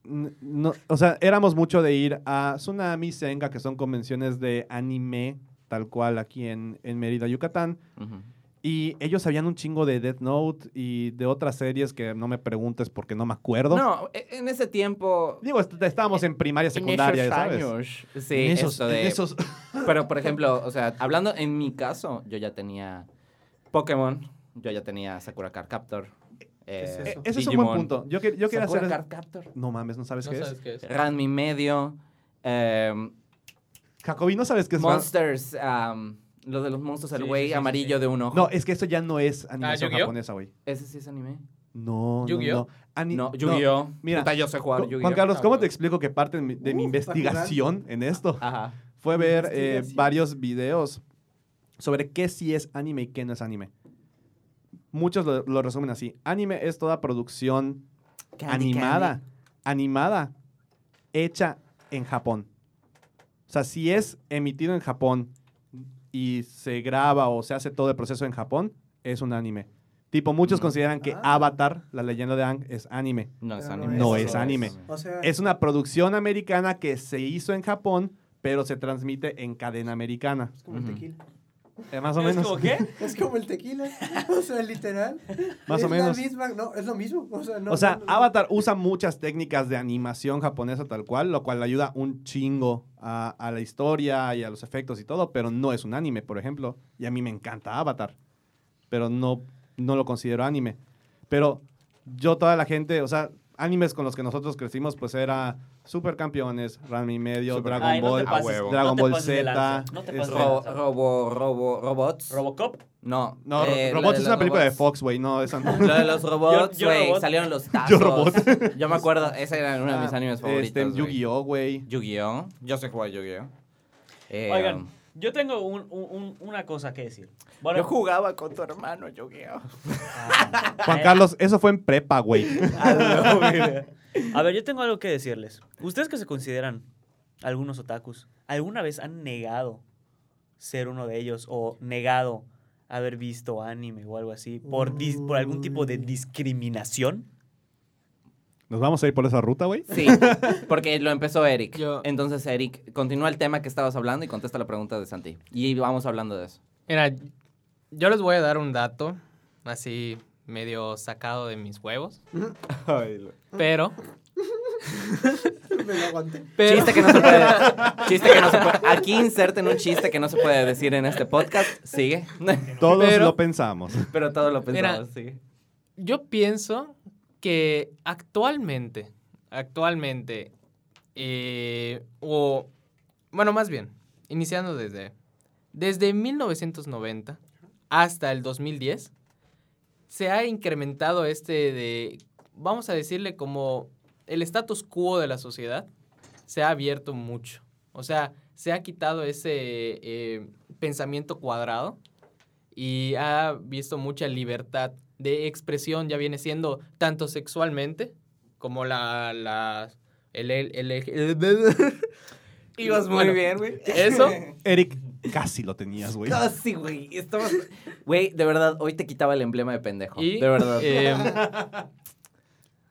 S2: N- no, o sea, éramos mucho de ir a Tsunami, Senga, que son convenciones de anime, tal cual aquí en, en Mérida, Yucatán.
S3: Ujú.
S2: Y ellos sabían un chingo de Death Note y de otras series que no me preguntes porque no me acuerdo.
S3: No, e- en ese tiempo...
S2: Digo, est- estábamos en primaria, secundaria,
S3: en esos
S2: ¿sabes?
S3: años. Sí,
S2: En esos,
S3: esto de...
S2: en esos-
S3: Pero, por ejemplo, o sea, hablando en mi caso, yo ya tenía Pokémon, yo ya tenía Sakura Card Captor.
S4: es
S3: eh,
S2: <laughs> e-
S4: eso?
S2: ese es un buen
S3: Digimon.
S2: punto. Yo, que- yo quería
S3: Sakura
S2: hacer...
S3: Card Captor.
S2: No mames, ¿no sabes
S1: no
S2: qué
S1: sabes qué es.
S3: Ranma y Medio. em,
S2: es? Jacobi, ¿no sabes qué es?
S3: monsters. am, lo de los monstruos, el
S1: Sí,
S3: güey
S1: sí, sí, sí,
S3: amarillo
S1: sí.
S3: de un ojo.
S2: No, es que eso ya no es animación
S1: ¿Yu-Gi-Oh?
S2: japonesa, güey.
S3: ¿Ese sí es anime?
S2: No, no,
S1: ¿Yu-Gi-Oh?
S2: no. Ani-
S3: no, Yu-Gi-Oh.
S2: Mira,
S3: Puta, yo sé jugar
S2: Ju-
S3: Yu-Gi-Oh.
S2: Juan Carlos,
S1: Ah,
S2: ¿cómo
S1: bueno.
S2: te explico que parte de mi, de mi
S4: Uh,
S2: investigación en esto
S3: Ajá.
S2: fue ver eh,
S4: Investigación.
S2: varios videos sobre qué sí es anime y qué no es anime? Muchos lo, lo resumen así. Anime es toda producción
S3: Candy,
S2: animada,
S3: candy.
S2: animada, hecha en Japón. O sea, si es emitido en Japón y se graba o se hace todo el proceso en Japón, es un anime. Tipo, muchos
S3: Mm.
S2: consideran que
S4: Ah.
S2: Avatar, la leyenda de Aang, es anime.
S3: No es
S4: Pero
S3: anime.
S2: no es anime.
S4: O sea,
S2: Es una producción americana que se hizo en Japón, pero se transmite en cadena americana.
S4: es como el
S3: Ujú.
S4: tequila. <laughs>
S2: Eh, más o
S5: ¿Es
S2: menos.
S5: como qué?
S4: Es como el tequila. O sea, literal.
S2: Más o
S4: Es
S2: menos.
S4: La misma, no, es lo mismo. O sea, no,
S2: o sea,
S4: no, no, no.
S2: Avatar usa muchas técnicas de animación japonesa tal cual, lo cual le ayuda un chingo a, a la historia y a los efectos y todo, pero no es un anime, por ejemplo. Y a mí me encanta Avatar, pero no, no lo considero anime. Pero yo, toda la gente, o sea, animes con los que nosotros crecimos, pues era Supercampeones, Ranma y Medio,
S3: Super-
S2: Dragon
S5: Ay, no te
S2: Ball,
S5: pases,
S3: huevo.
S2: Dragon
S5: no te
S2: Ball
S5: pases de
S2: Z,
S5: lanza, No te pases
S2: este-
S5: de
S3: Ro-
S5: lanza.
S3: robo, robo, robots.
S5: Robocop.
S3: No.
S2: No,
S3: eh, la
S2: Robots
S3: de
S2: es
S3: los
S2: una película
S3: robots.
S2: de Fox, güey, no,
S3: <laughs>
S2: esa no.
S3: Lo de los robots,
S5: Yo- yo
S3: güey,
S5: robot.
S3: salieron los tazos.
S2: Yo robot.
S3: <laughs> Yo me acuerdo, ese era uno de mis animes favoritos.
S2: Este,
S3: güey.
S2: Yu-Gi-Oh, güey.
S3: Yu-Gi-Oh. Yo sé jugar Yu-Gi-Oh. Eh,
S5: Oigan,
S3: um,
S5: yo tengo un- un- un- una cosa que decir. Bueno,
S3: yo jugaba con tu hermano Yu-Gi-Oh.
S5: ah,
S2: Juan
S5: eh,
S2: Carlos, eso fue en prepa, güey.
S5: <laughs> A ver, yo tengo algo que decirles. Ustedes que se consideran algunos otakus, ¿alguna vez han negado ser uno de ellos o negado haber visto anime o algo así por, dis- por algún tipo de
S4: Uy.
S5: discriminación.
S2: ¿Nos vamos a ir por esa ruta, güey?
S3: Sí, porque lo empezó Eric.
S1: Yo-
S3: Entonces, Eric, continúa el tema que estabas hablando y contesta la pregunta de Santi. Y vamos hablando de eso.
S1: Mira, yo les voy a dar un dato así medio sacado de mis huevos, pero...
S4: <laughs> Me lo aguanté.
S1: pero
S3: Chiste que no
S1: <laughs>
S3: se puede. Chiste que no se puede. Aquí inserten un chiste que no se puede decir en este podcast. Sigue. <laughs>
S2: Todos
S1: Pero-
S2: lo pensamos.
S3: Pero todo lo
S1: Mira.
S3: pensamos, sigue.
S1: Yo pienso que actualmente, actualmente, eh, o bueno, más bien, iniciando desde, desde 1990 hasta el 2010, se ha incrementado este de, vamos a decirle como el status quo de la sociedad, se ha abierto mucho. O sea, se ha quitado ese eh, pensamiento cuadrado y ha visto mucha libertad de expresión, ya viene siendo tanto sexualmente como la... la el, el, el- el-
S3: Ibas muy
S1: Bueno,
S3: bien, güey.
S1: Eso,
S2: Eric, casi lo tenías, güey.
S3: Casi, güey. Estamos. Güey, de verdad, hoy te quitaba el emblema de pendejo.
S1: Y,
S3: de verdad.
S1: eh,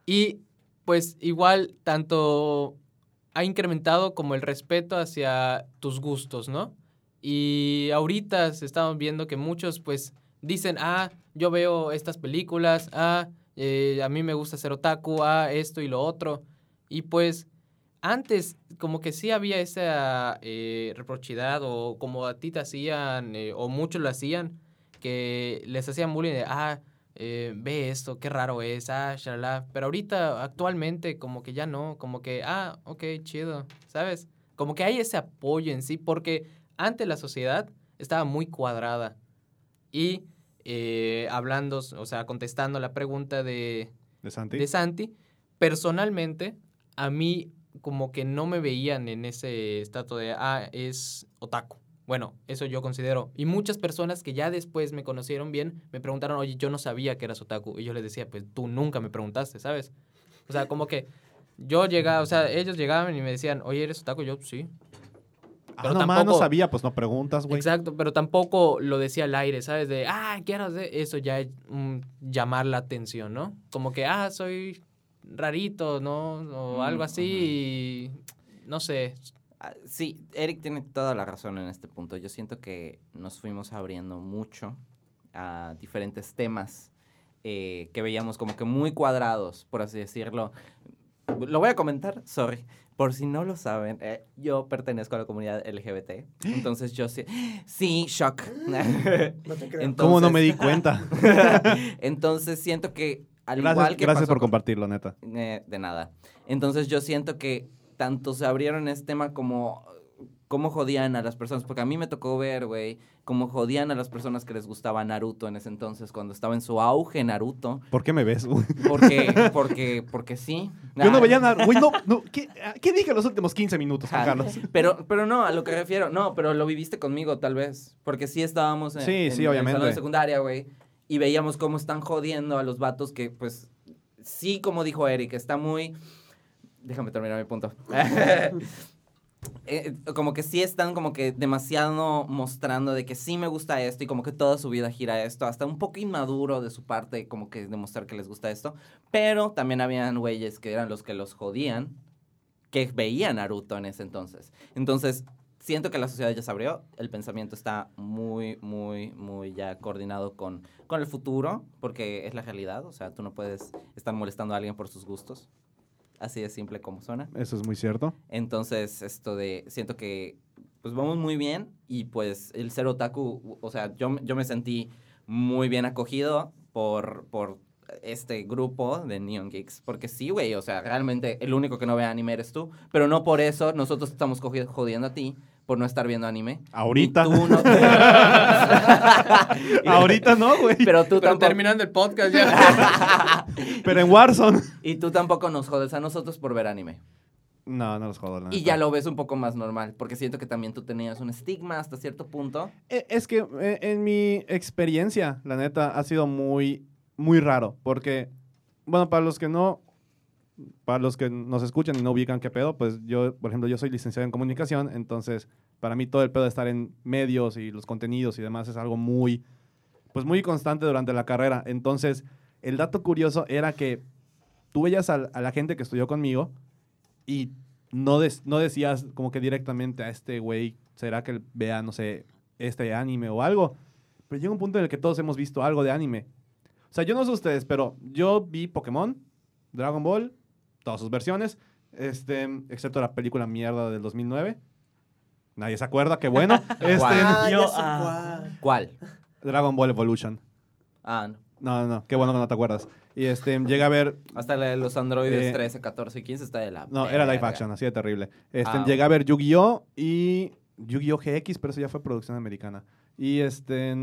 S1: y pues igual tanto ha incrementado como el respeto hacia tus gustos, ¿no? Y ahorita se estamos viendo que muchos pues dicen, ah, yo veo estas películas, ah, eh, a mí me gusta ser otaku, ah, esto y lo otro. Y pues antes como que sí había esa eh, reprochidad o como a ti te hacían eh, o muchos lo hacían, que les hacían bullying de, ah, eh, ve esto, qué raro es, ah, shalala. Pero ahorita, actualmente, como que ya no, como que, ah, ok, chido, ¿sabes? Como que hay ese apoyo en sí, porque antes la sociedad estaba muy cuadrada. Y eh, hablando, o sea, contestando la pregunta de,
S2: ¿De Santi?
S1: de Santi, personalmente, a mí como que no me veían en ese estatus de, ah, es otaku. Bueno, eso yo considero. Y muchas personas que ya después me conocieron bien me preguntaron, oye, yo no sabía que eras otaku. Y yo les decía, pues tú nunca me preguntaste, ¿sabes? O sea, como que yo llegaba, o sea, ellos llegaban y me decían, oye, ¿eres otaku? Yo, sí.
S2: Ah,
S1: pero
S2: no, más no
S1: tampoco-
S2: sabía, pues no preguntas, güey.
S1: Exacto, pero tampoco lo decía al aire, ¿sabes? De, ah, quiero hacer eso, ya es mm, llamar la atención, ¿no? Como que, ah, soy rarito, ¿no? O
S3: Mm,
S1: algo así, y no sé.
S3: Ah, Sí, Eric tiene toda la razón en este punto. Yo siento que nos fuimos abriendo mucho a diferentes temas eh, que veíamos como que muy cuadrados, por así decirlo. Lo voy a comentar, sorry. Por si no lo saben, eh, yo pertenezco a la comunidad LGBT. Entonces yo sí. Sí, shock.
S4: No te creo.
S3: Ent-
S2: ¿Cómo no
S3: entonces-
S2: me di
S3: <laughs>
S2: cuenta?
S3: entonces siento que al
S2: gracias
S3: igual que
S2: gracias
S3: pasó
S2: por
S3: con-
S2: compartirlo, neta.
S3: eh, de nada. Entonces yo siento que tanto se abrieron este tema como cómo jodían a las personas, porque a mí me tocó ver, güey, cómo jodían a las personas que les gustaba Naruto en ese entonces, cuando estaba en su auge Naruto,
S2: ¿Por qué me ves, güey?
S3: porque,
S2: <laughs>
S3: porque, porque sí.
S2: Yo no
S3: Ah,
S2: veía nada. Güey, no, no. ¿Qué, ah, qué dije los últimos 15 minutos, Juan
S3: Ah,
S2: Carlos?
S3: <laughs> Pero, pero no, a lo que refiero, no, pero lo viviste conmigo tal vez, porque sí estábamos en,
S2: Sí,
S3: en
S2: sí,
S3: el
S2: obviamente.
S3: salón de secundaria, güey, y veíamos cómo están jodiendo a los vatos que, pues, sí, como dijo Eric, está muy... Déjame terminar mi punto. <laughs> Eh, como que sí están como que demasiado mostrando de que sí me gusta esto y como que toda su vida gira esto, hasta un poco inmaduro de su parte como que demostrar que les gusta esto, pero también habían güeyes que eran los que los jodían, que veían Naruto en ese entonces. Entonces, siento que la sociedad ya se abrió, el pensamiento está muy, muy, muy ya coordinado con, con el futuro, porque es la realidad, o sea, tú no puedes estar molestando a alguien por sus gustos, así de simple como suena.
S2: Eso es muy cierto.
S3: Entonces, esto de, siento que, pues vamos muy bien y pues el ser otaku, o sea, yo, yo me sentí muy bien acogido por, por este grupo de Neon Geeks, porque sí, güey, o sea, realmente el único que no ve anime eres tú, pero no por eso nosotros te estamos cogi- jodiendo a ti por no estar viendo anime.
S2: Ahorita.
S3: Y tú
S2: <laughs>
S3: no-
S2: Ahorita no, güey. Pero,
S3: pero tú
S1: Pero
S3: tampoco...
S1: terminando el podcast
S3: <laughs>
S1: ya.
S2: en Warzone.
S3: y tú tampoco nos jodes a nosotros por ver anime.
S2: No, no los jodo. la
S3: Y
S2: neta.
S3: ya lo ves un poco más normal, porque siento que también tú tenías un estigma hasta cierto punto.
S2: Eh, Es que eh, en mi experiencia, la neta, ha sido muy, muy raro. Porque, bueno, para los que no, para los que nos escuchan y no ubican qué pedo, pues yo, por ejemplo, yo soy licenciado en comunicación, entonces para mí todo el pedo de estar en medios y los contenidos y demás es algo muy, pues muy constante durante la carrera. Entonces, el dato curioso era que tú veías al- a, la gente que estudió conmigo y no, des- no decías como que directamente a este güey, ¿será que él vea, no sé, este anime o algo? Pero llega un punto en el que todos hemos visto algo de anime. O sea, yo no sé ustedes, pero yo vi Pokémon, Dragon Ball, todas sus versiones, este, excepto la película mierda del 2009. Nadie se acuerda, qué bueno. Este,
S3: Guau.
S4: Ah,
S5: Yo,
S4: ya sé
S5: ah.
S4: cuál.
S3: ¿Cuál?
S2: Dragon Ball Evolution.
S3: Ah, no.
S2: No, no, no, qué bueno que no te acuerdas. Y este, llega a ver
S3: Hasta la de los androides
S2: Eh,
S3: 13, 14 y 15 está de la.
S2: No, era live
S3: verga.
S2: action, así de terrible. Este,
S3: Ah,
S2: llegué a ver Yu-Gi-Oh! y Yu-Gi-Oh! GX, pero eso ya fue producción americana. Y este.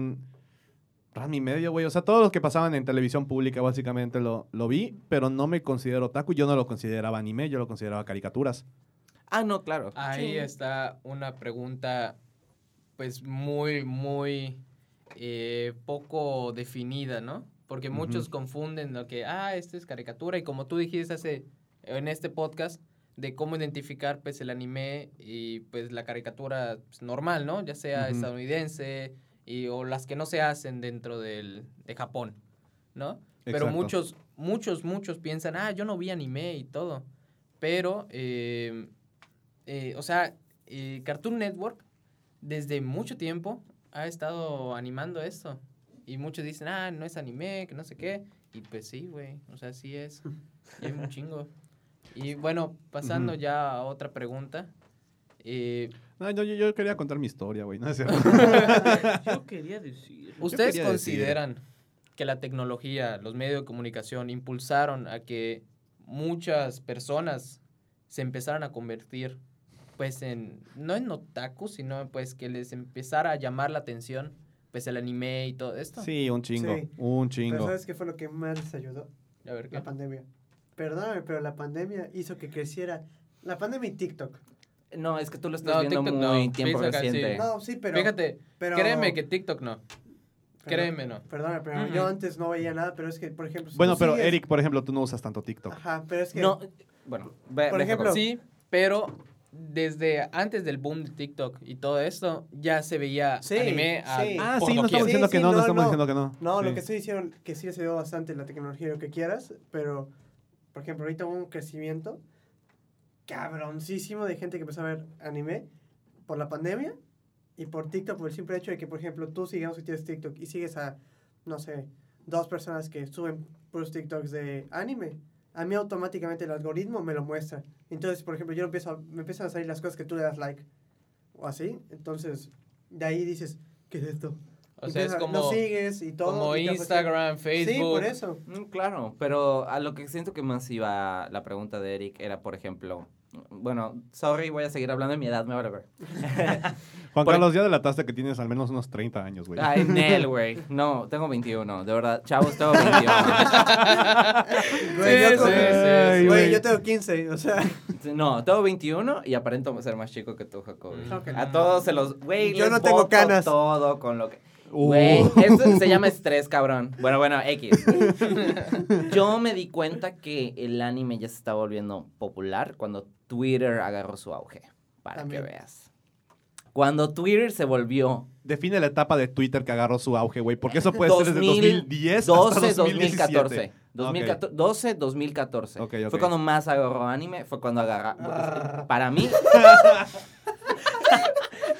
S2: Ram y medio, güey. O sea, todos los que pasaban en televisión pública, básicamente lo, lo vi, pero no me considero otaku. Yo no lo consideraba anime, yo lo consideraba caricaturas.
S3: Ah, no, claro.
S1: Ahí
S3: Sí.
S1: está una pregunta, pues muy, muy eh, poco definida, ¿no? Porque
S2: Ujú.
S1: muchos confunden lo que, ah, esto es caricatura. Y como tú dijiste hace, en este podcast, de cómo identificar, pues, el anime y, pues, la caricatura pues, normal, ¿no? Ya sea
S2: Ujú.
S1: estadounidense y, o las que no se hacen dentro del, de Japón, ¿no? Pero
S2: Exacto.
S1: muchos, muchos, muchos piensan, ah, yo no vi anime y todo. Pero, eh, eh, o sea, eh, Cartoon Network desde mucho tiempo ha estado animando esto. Y muchos dicen, ah, no es anime, que no sé qué. Y pues sí, güey, o sea, sí es. Y hay un chingo. Y bueno, pasando
S2: Ujú.
S1: ya a otra pregunta. eh,
S2: No, yo, yo- yo quería contar mi historia, güey. No es <laughs> cierto.
S5: <laughs> Yo quería decir.
S1: ¿Ustedes
S2: quería decir-
S1: consideran que la tecnología, los medios de comunicación impulsaron a que muchas personas se empezaran a convertir, pues en, no en otaku, sino pues que les empezara a llamar la atención, pues el anime y todo esto?
S2: sí, un chingo.
S4: Sí.
S2: Un
S4: Pero
S2: chingo.
S4: ¿sabes qué fue lo que más les ayudó?
S1: A ver, ¿qué?
S4: La pandemia. Perdóname, pero la pandemia hizo que creciera. La pandemia y TikTok.
S3: No, es que tú lo estás
S1: No,
S3: viendo
S1: TikTok no.
S3: muy tiempo
S1: Facebook, sí.
S3: reciente.
S4: No, sí, pero.
S1: Fíjate,
S4: pero-
S1: créeme que TikTok no.
S4: pero-
S1: créeme, no.
S4: Perdóname, pero
S1: Mm-mm.
S4: yo antes no veía nada, pero es que, por ejemplo. si
S2: Bueno,
S4: tú
S2: pero
S4: sigues-
S2: Eric, por ejemplo, tú no usas tanto TikTok.
S4: Ajá, pero es que.
S3: No, bueno, ve-
S4: Por
S3: deja
S4: ejemplo-
S3: con-
S1: Sí, pero desde antes del boom de TikTok y todo esto, ya se veía
S4: Sí,
S1: anime a
S4: sí.
S2: Ah,
S1: por
S2: sí, no
S1: doquier.
S2: estamos diciendo
S4: Sí,
S2: que
S4: sí,
S2: no, no
S4: no,
S2: estamos
S4: no.
S2: diciendo que no.
S4: No, lo
S2: Sí.
S4: que estoy diciendo que sí se dio bastante la tecnología, lo que quieras, pero, por ejemplo, ahorita hubo un crecimiento cabroncísimo de gente que empezó a ver anime por la pandemia y por TikTok, por el simple hecho de que, por ejemplo, tú sigamos que tienes TikTok y sigues a, no sé, dos personas que suben puros TikToks de anime. A mí automáticamente el algoritmo me lo muestra. Entonces, por ejemplo, yo empiezo a- me empiezan a salir las cosas que tú le das like o así. Entonces, de ahí dices, ¿qué es esto?
S1: O sea, es
S4: Empieza-
S1: como,
S4: lo sigues y todo.
S1: como
S4: y te ofrece-
S1: Instagram, Facebook.
S4: Sí,
S1: <laughs>
S4: por eso.
S3: Mm, Claro, pero a lo que siento que más iba la pregunta de Eric era, por ejemplo, bueno, sorry, voy a seguir hablando de mi edad, me vale ver.
S2: Juan
S3: Por-
S2: Carlos, ya delataste que tienes al menos unos 30 años, güey.
S3: Ay, Nel, güey. No, tengo 21, de verdad. Chavos, tengo 21.
S4: Güey, yo,
S2: sí, sí, sí.
S4: güey,
S2: güey.
S4: yo tengo 15, o sea.
S3: No, tengo 21 y aparento ser más chico que tú, Jacob.
S1: Creo que
S3: A
S1: no.
S3: todos se los... Güey,
S4: Yo
S3: les
S4: no tengo
S3: boto
S4: canas.
S3: todo con lo que...
S2: Uh.
S3: Güey, esto se llama estrés, cabrón. Bueno, bueno, X. Yo me di cuenta que el anime ya se está volviendo popular cuando Twitter agarró su auge. Para
S4: También.
S3: que veas. Cuando Twitter se volvió
S2: Define la etapa de Twitter que agarró su auge, güey, porque eso puede ser desde 2010
S3: 12,
S2: hasta 2014.
S3: 2014. 2014 12, 2014.
S2: Ok, ok.
S3: Fue cuando más agarró anime, fue cuando agarra...
S2: <laughs>
S3: Para mí,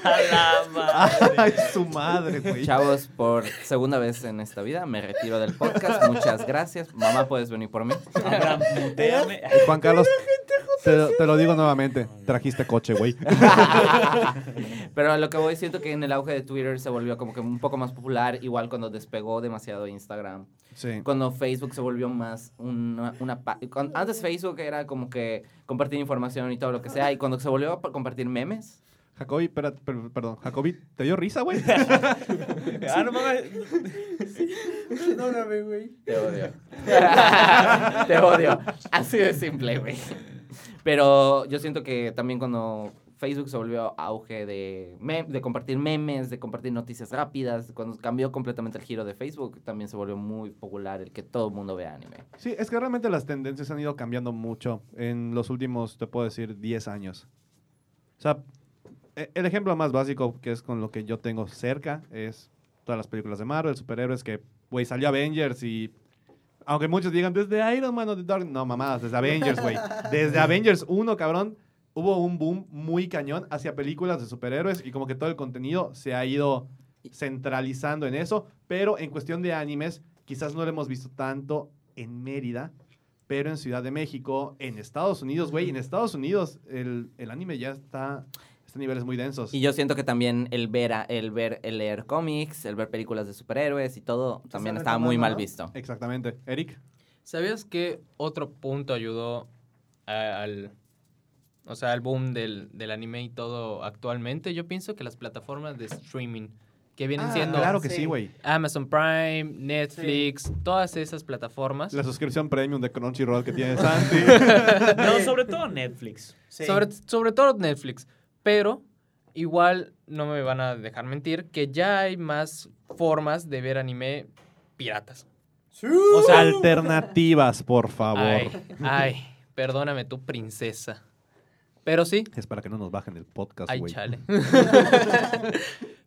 S5: A la madre.
S2: Ay, su madre, güey.
S3: Chavos, por segunda vez en esta vida me retiro del podcast. Muchas gracias. Mamá, puedes venir por mí.
S5: Abraham, muteame.
S2: Juan Carlos, te, te lo digo nuevamente, trajiste coche, güey. <laughs>
S3: Pero a lo que voy, siento que en el auge de Twitter se volvió como que un poco más popular, igual cuando despegó demasiado Instagram.
S2: Sí.
S3: Cuando Facebook se volvió más una... una pa- cuan- antes Facebook era como que compartir información y todo lo que sea, y cuando se volvió a compartir memes,
S2: Jacobi, espera, per- perdón, Jacobi, ¿te dio risa, güey?
S5: Ah, no mames.
S4: Perdóname, güey.
S3: Te odio. <laughs> Te odio. Así de simple, güey. Pero yo siento que también cuando Facebook se volvió auge de, mem- de compartir memes, de compartir noticias rápidas, cuando cambió completamente el giro de Facebook, también se volvió muy popular el que todo el mundo vea anime.
S2: Sí, es que realmente las tendencias han ido cambiando mucho en los últimos, te puedo decir, 10 años. O sea, e- el ejemplo más básico que es con lo que yo tengo cerca es todas las películas de Marvel, superhéroes, que, güey, salió Avengers y... Aunque muchos digan, desde Iron Man o The Dark... No, mamadas, desde Avengers, güey. Desde Avengers 1, cabrón, hubo un boom muy cañón hacia películas de superhéroes y como que todo el contenido se ha ido centralizando en eso. Pero en cuestión de animes, quizás no lo hemos visto tanto en Mérida, pero en Ciudad de México, en Estados Unidos, güey. En Estados Unidos el, el anime ya está, está a niveles muy densos.
S3: Y yo siento que también el ver, a- el ver, el leer cómics, el ver películas de superhéroes y todo, también estaba muy
S4: retomando,
S3: mal
S4: ¿no?
S3: visto.
S2: Exactamente. Eric.
S1: ¿Sabías que otro punto ayudó a- al, o sea, al boom del, del anime y todo actualmente? Yo pienso que las plataformas de streaming que vienen
S2: Ah,
S1: siendo
S2: Claro que sí,
S4: Sí.
S2: güey.
S1: Amazon Prime, Netflix, todas esas plataformas.
S2: La suscripción premium de Crunchyroll
S1: <laughs>
S2: que tiene Santi.
S5: No, sobre todo <laughs> Netflix.
S4: Sí.
S1: Sobre, sobre todo Netflix. Pero igual no me van a dejar mentir que ya hay más formas de ver anime piratas.
S4: Sí.
S2: o sea, alternativas, por favor.
S1: Ay, ay, perdóname tu princesa. Pero sí,
S2: Es para que no nos bajen el podcast,
S1: ay,
S2: güey.
S1: chale. <laughs>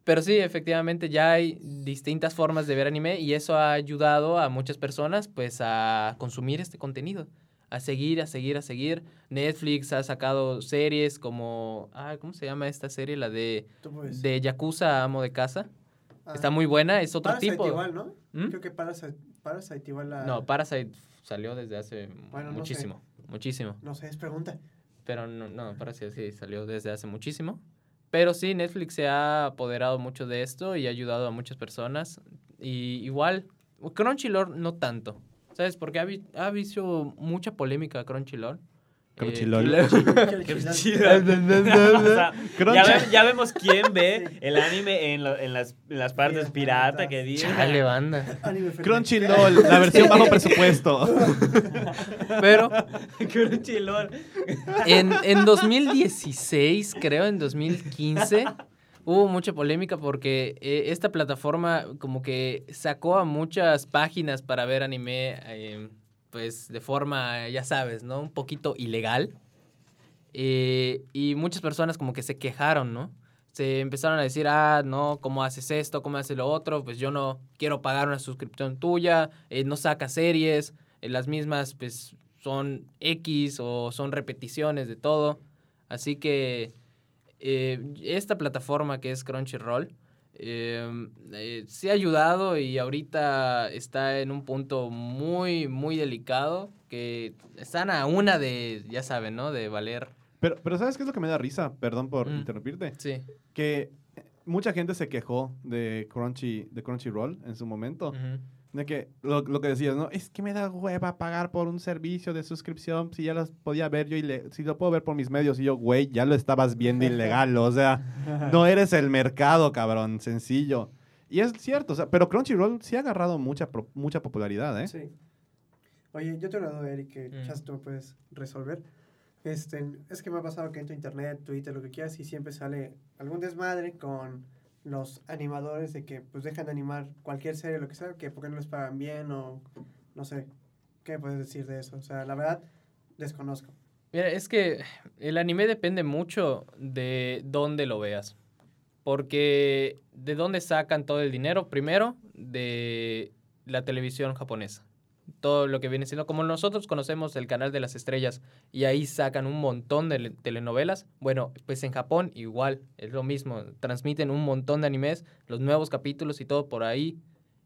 S1: Pero sí, efectivamente ya hay distintas formas de ver anime y eso ha ayudado a muchas personas pues a consumir este contenido, a seguir, a seguir, a seguir. Netflix ha sacado series como ah, ¿cómo se llama esta serie? La de
S4: Tú puedes.
S1: de Yakuza a Amo de Casa.
S4: Pues Ah.
S1: Está muy buena, es otro
S4: Parasite
S1: tipo.
S4: igual, ¿no?
S1: ¿Mm?
S4: Creo que Parasite, Parasite igual la...
S1: No, Parasite salió desde hace
S4: Bueno, no
S1: muchísimo, muchísimo.
S4: No sé,
S1: <laughs>
S4: es pregunta.
S1: Pero no, no, Parasite sí salió desde hace muchísimo. Pero sí, Netflix se ha apoderado mucho de esto y ha ayudado a muchas personas. Y igual, Crunchyroll no tanto. ¿Sabes? Porque ha, vi- ha visto mucha polémica Crunchyroll. Eh,
S2: Crunchyroll.
S5: <laughs> O sea, ya,
S2: Crunchy.
S5: ve- ya vemos quién ve el anime en, lo- en las, en las partes
S4: Sí,
S5: pirata
S4: pirata.
S5: que <laughs> dice.
S1: Eh, Chale, banda.
S4: Anime friendly.
S1: <laughs>
S2: Crunchyroll, la versión bajo presupuesto.
S1: Pero
S5: <laughs> Crunchyroll.
S1: en, en 2016, creo, en 2015, hubo mucha polémica porque eh, esta plataforma como que sacó a muchas páginas para ver anime, eh, pues de forma, ya sabes, ¿no? Un poquito ilegal. Eh, y muchas personas como que se quejaron, ¿no? Se empezaron a decir, ah, no, ¿cómo haces esto? ¿Cómo haces lo otro? Pues yo no quiero pagar una suscripción tuya, eh, no sacas series, eh, las mismas pues son X o son repeticiones de todo. Así que eh, esta plataforma que es Crunchyroll eh, eh, sí ha ayudado y ahorita está en un punto muy, muy delicado que están a una de, ya saben, ¿no? De valer.
S2: Pero, pero ¿sabes qué es lo que me da risa? Perdón por
S1: Mm.
S2: interrumpirte.
S1: Sí.
S2: Que eh, mucha gente se quejó de, Crunchy, de Crunchyroll en su momento.
S1: Ujú.
S2: De que lo, lo que decías, ¿no? Es que me da hueva pagar por un servicio de suscripción si ya los podía ver yo y le- si lo puedo ver por mis medios. Y yo, güey, ya lo estabas
S1: <laughs>
S2: viendo ilegal. O sea, no eres el mercado, cabrón. Sencillo. Y es cierto, o sea, pero Crunchyroll sí ha agarrado mucha, pro- mucha popularidad, ¿eh?
S4: Sí. Oye, yo tengo una duda, Eric, que
S1: Mm.
S4: quizás tú me puedes resolver. Este, es que me ha pasado que entro a internet, Twitter, lo que quieras, y siempre sale algún desmadre con los animadores de que pues dejan de animar cualquier serie, lo que sea, que porque no les pagan bien o no sé. ¿Qué puedes decir de eso? O sea, la verdad, desconozco.
S1: Mira, es que el anime depende mucho de dónde lo veas. Porque de dónde sacan todo el dinero, primero, de la televisión japonesa. Todo lo que viene siendo, como nosotros conocemos el canal de las estrellas y ahí sacan un montón de le- telenovelas. Bueno, pues en Japón igual, es lo mismo. Transmiten un montón de animes, los nuevos capítulos y todo por ahí.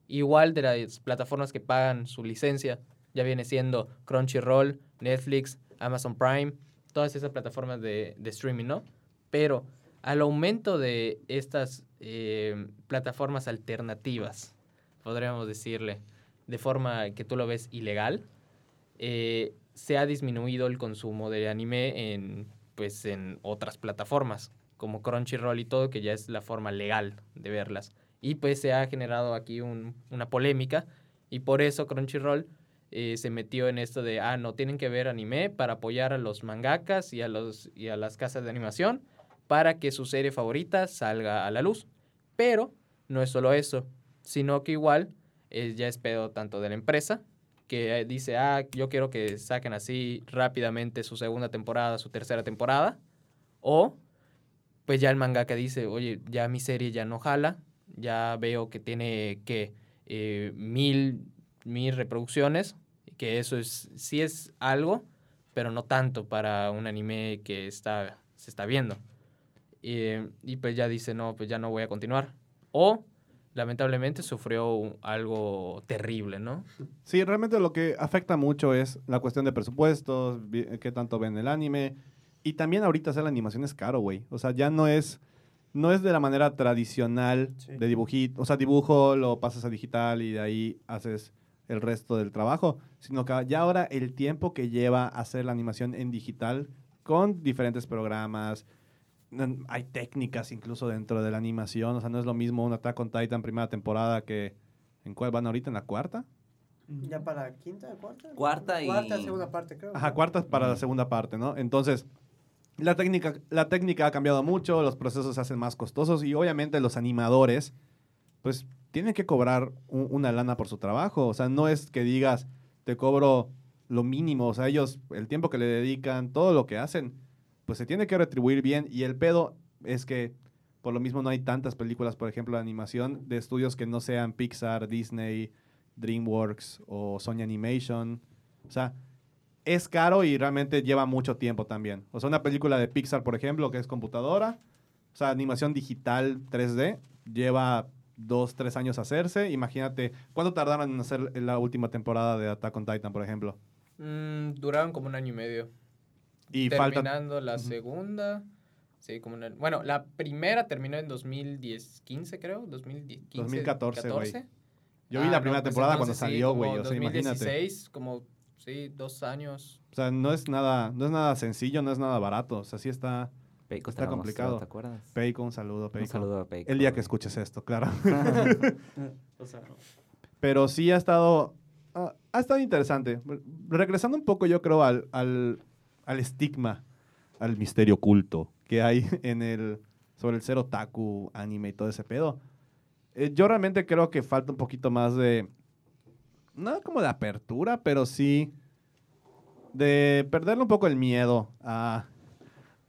S1: Igual de las plataformas que pagan su licencia ya viene siendo Crunchyroll, Netflix, Amazon Prime, todas esas plataformas de, de streaming, ¿no? Pero al aumento de estas eh, plataformas alternativas, podríamos decirle, de forma que tú lo ves ilegal, eh, se ha disminuido el consumo de anime en, pues, en otras plataformas, como Crunchyroll y todo, que ya es la forma legal de verlas. Y pues se ha generado aquí un- una polémica y por eso Crunchyroll eh, se metió en esto de, ah, no, tienen que ver anime para apoyar a los mangakas y a, los, y a las casas de animación para que su serie favorita salga a la luz. Pero no es solo eso, sino que igual eh, ya es pedo tanto de la empresa, que eh, dice, ah, yo quiero que saquen así rápidamente su segunda temporada, su tercera temporada, o pues ya el mangaka dice, oye, ya mi serie ya no jala, ya veo que tiene que eh, mil, mil reproducciones, que eso es, sí es algo, pero no tanto para un anime que está, se está viendo. Eh, y pues ya dice, no, pues ya no voy a continuar. O lamentablemente sufrió un- algo terrible, ¿no?
S2: Sí, realmente lo que afecta mucho es la cuestión de presupuestos, vi- eh, qué tanto ven el anime. Y también ahorita hacer la animación es caro, güey. O sea, ya no es, no es de la manera tradicional
S4: Sí.
S2: de dibujito. O sea, dibujo, lo pasas a digital y de ahí haces el resto del trabajo. Sino que ya ahora el tiempo que lleva hacer la animación en digital con diferentes programas. n- Hay técnicas incluso dentro de la animación. O sea, no es lo mismo un Attack on Titan primera temporada que... ¿En cuál van ahorita? ¿En la cuarta?
S5: Mm.
S4: ¿Ya para quinta, cuarta?
S3: Cuarta y-
S4: Cuarta, segunda parte, creo.
S2: Ajá, cuartas para la segunda parte, ¿no? Entonces, la técnica, la técnica ha cambiado mucho, los procesos se hacen más costosos y obviamente los animadores, pues, tienen que cobrar u- una lana por su trabajo. O sea, no es que digas, te cobro lo mínimo. O sea, ellos, el tiempo que le dedican, todo lo que hacen, pues se tiene que retribuir bien. Y el pedo es que, por lo mismo, no hay tantas películas, por ejemplo, de animación de estudios que no sean Pixar, Disney, DreamWorks o Sony Animation. O sea, es caro y realmente lleva mucho tiempo también. O sea, una película de Pixar, por ejemplo, que es computadora, o sea, animación digital 3D, lleva dos, tres años hacerse. Imagínate, ¿cuánto tardaron en hacer la última temporada de Attack on Titan, por ejemplo?
S1: Mm, duraron como un año y medio.
S2: Y falta...
S1: Terminando la
S2: Ujú.
S1: segunda. Sí, como una- bueno, la primera terminó en 2015, creo. 2015,
S2: 2014, güey.
S1: 14.
S2: Yo vi
S1: Ah,
S2: la
S1: no,
S2: primera
S1: pues
S2: temporada cuando
S1: entonces sí,
S2: salió, güey.
S1: como
S2: o sea, imagínate.
S1: 2016, como, sí, dos años.
S2: O sea, no es, nada, no es nada sencillo, no es nada barato. O sea, sí está...
S3: Peico
S2: Está
S3: te la mostró,
S2: complicado.
S3: ¿Te acuerdas?
S2: Peico, un saludo, Peico.
S3: Un saludo a Peico.
S2: El día que escuches esto,
S3: <laughs>
S2: claro.
S5: O sea, no.
S2: Pero sí ha estado. Ha, ha estado interesante. Re- Regresando un poco, yo creo, al, al, al estigma, al misterio oculto que hay <laughs> en el. sobre el ser otaku, anime y todo ese pedo. Eh, yo realmente creo que falta un poquito más de. No como de apertura, pero sí. De perderle un poco el miedo a,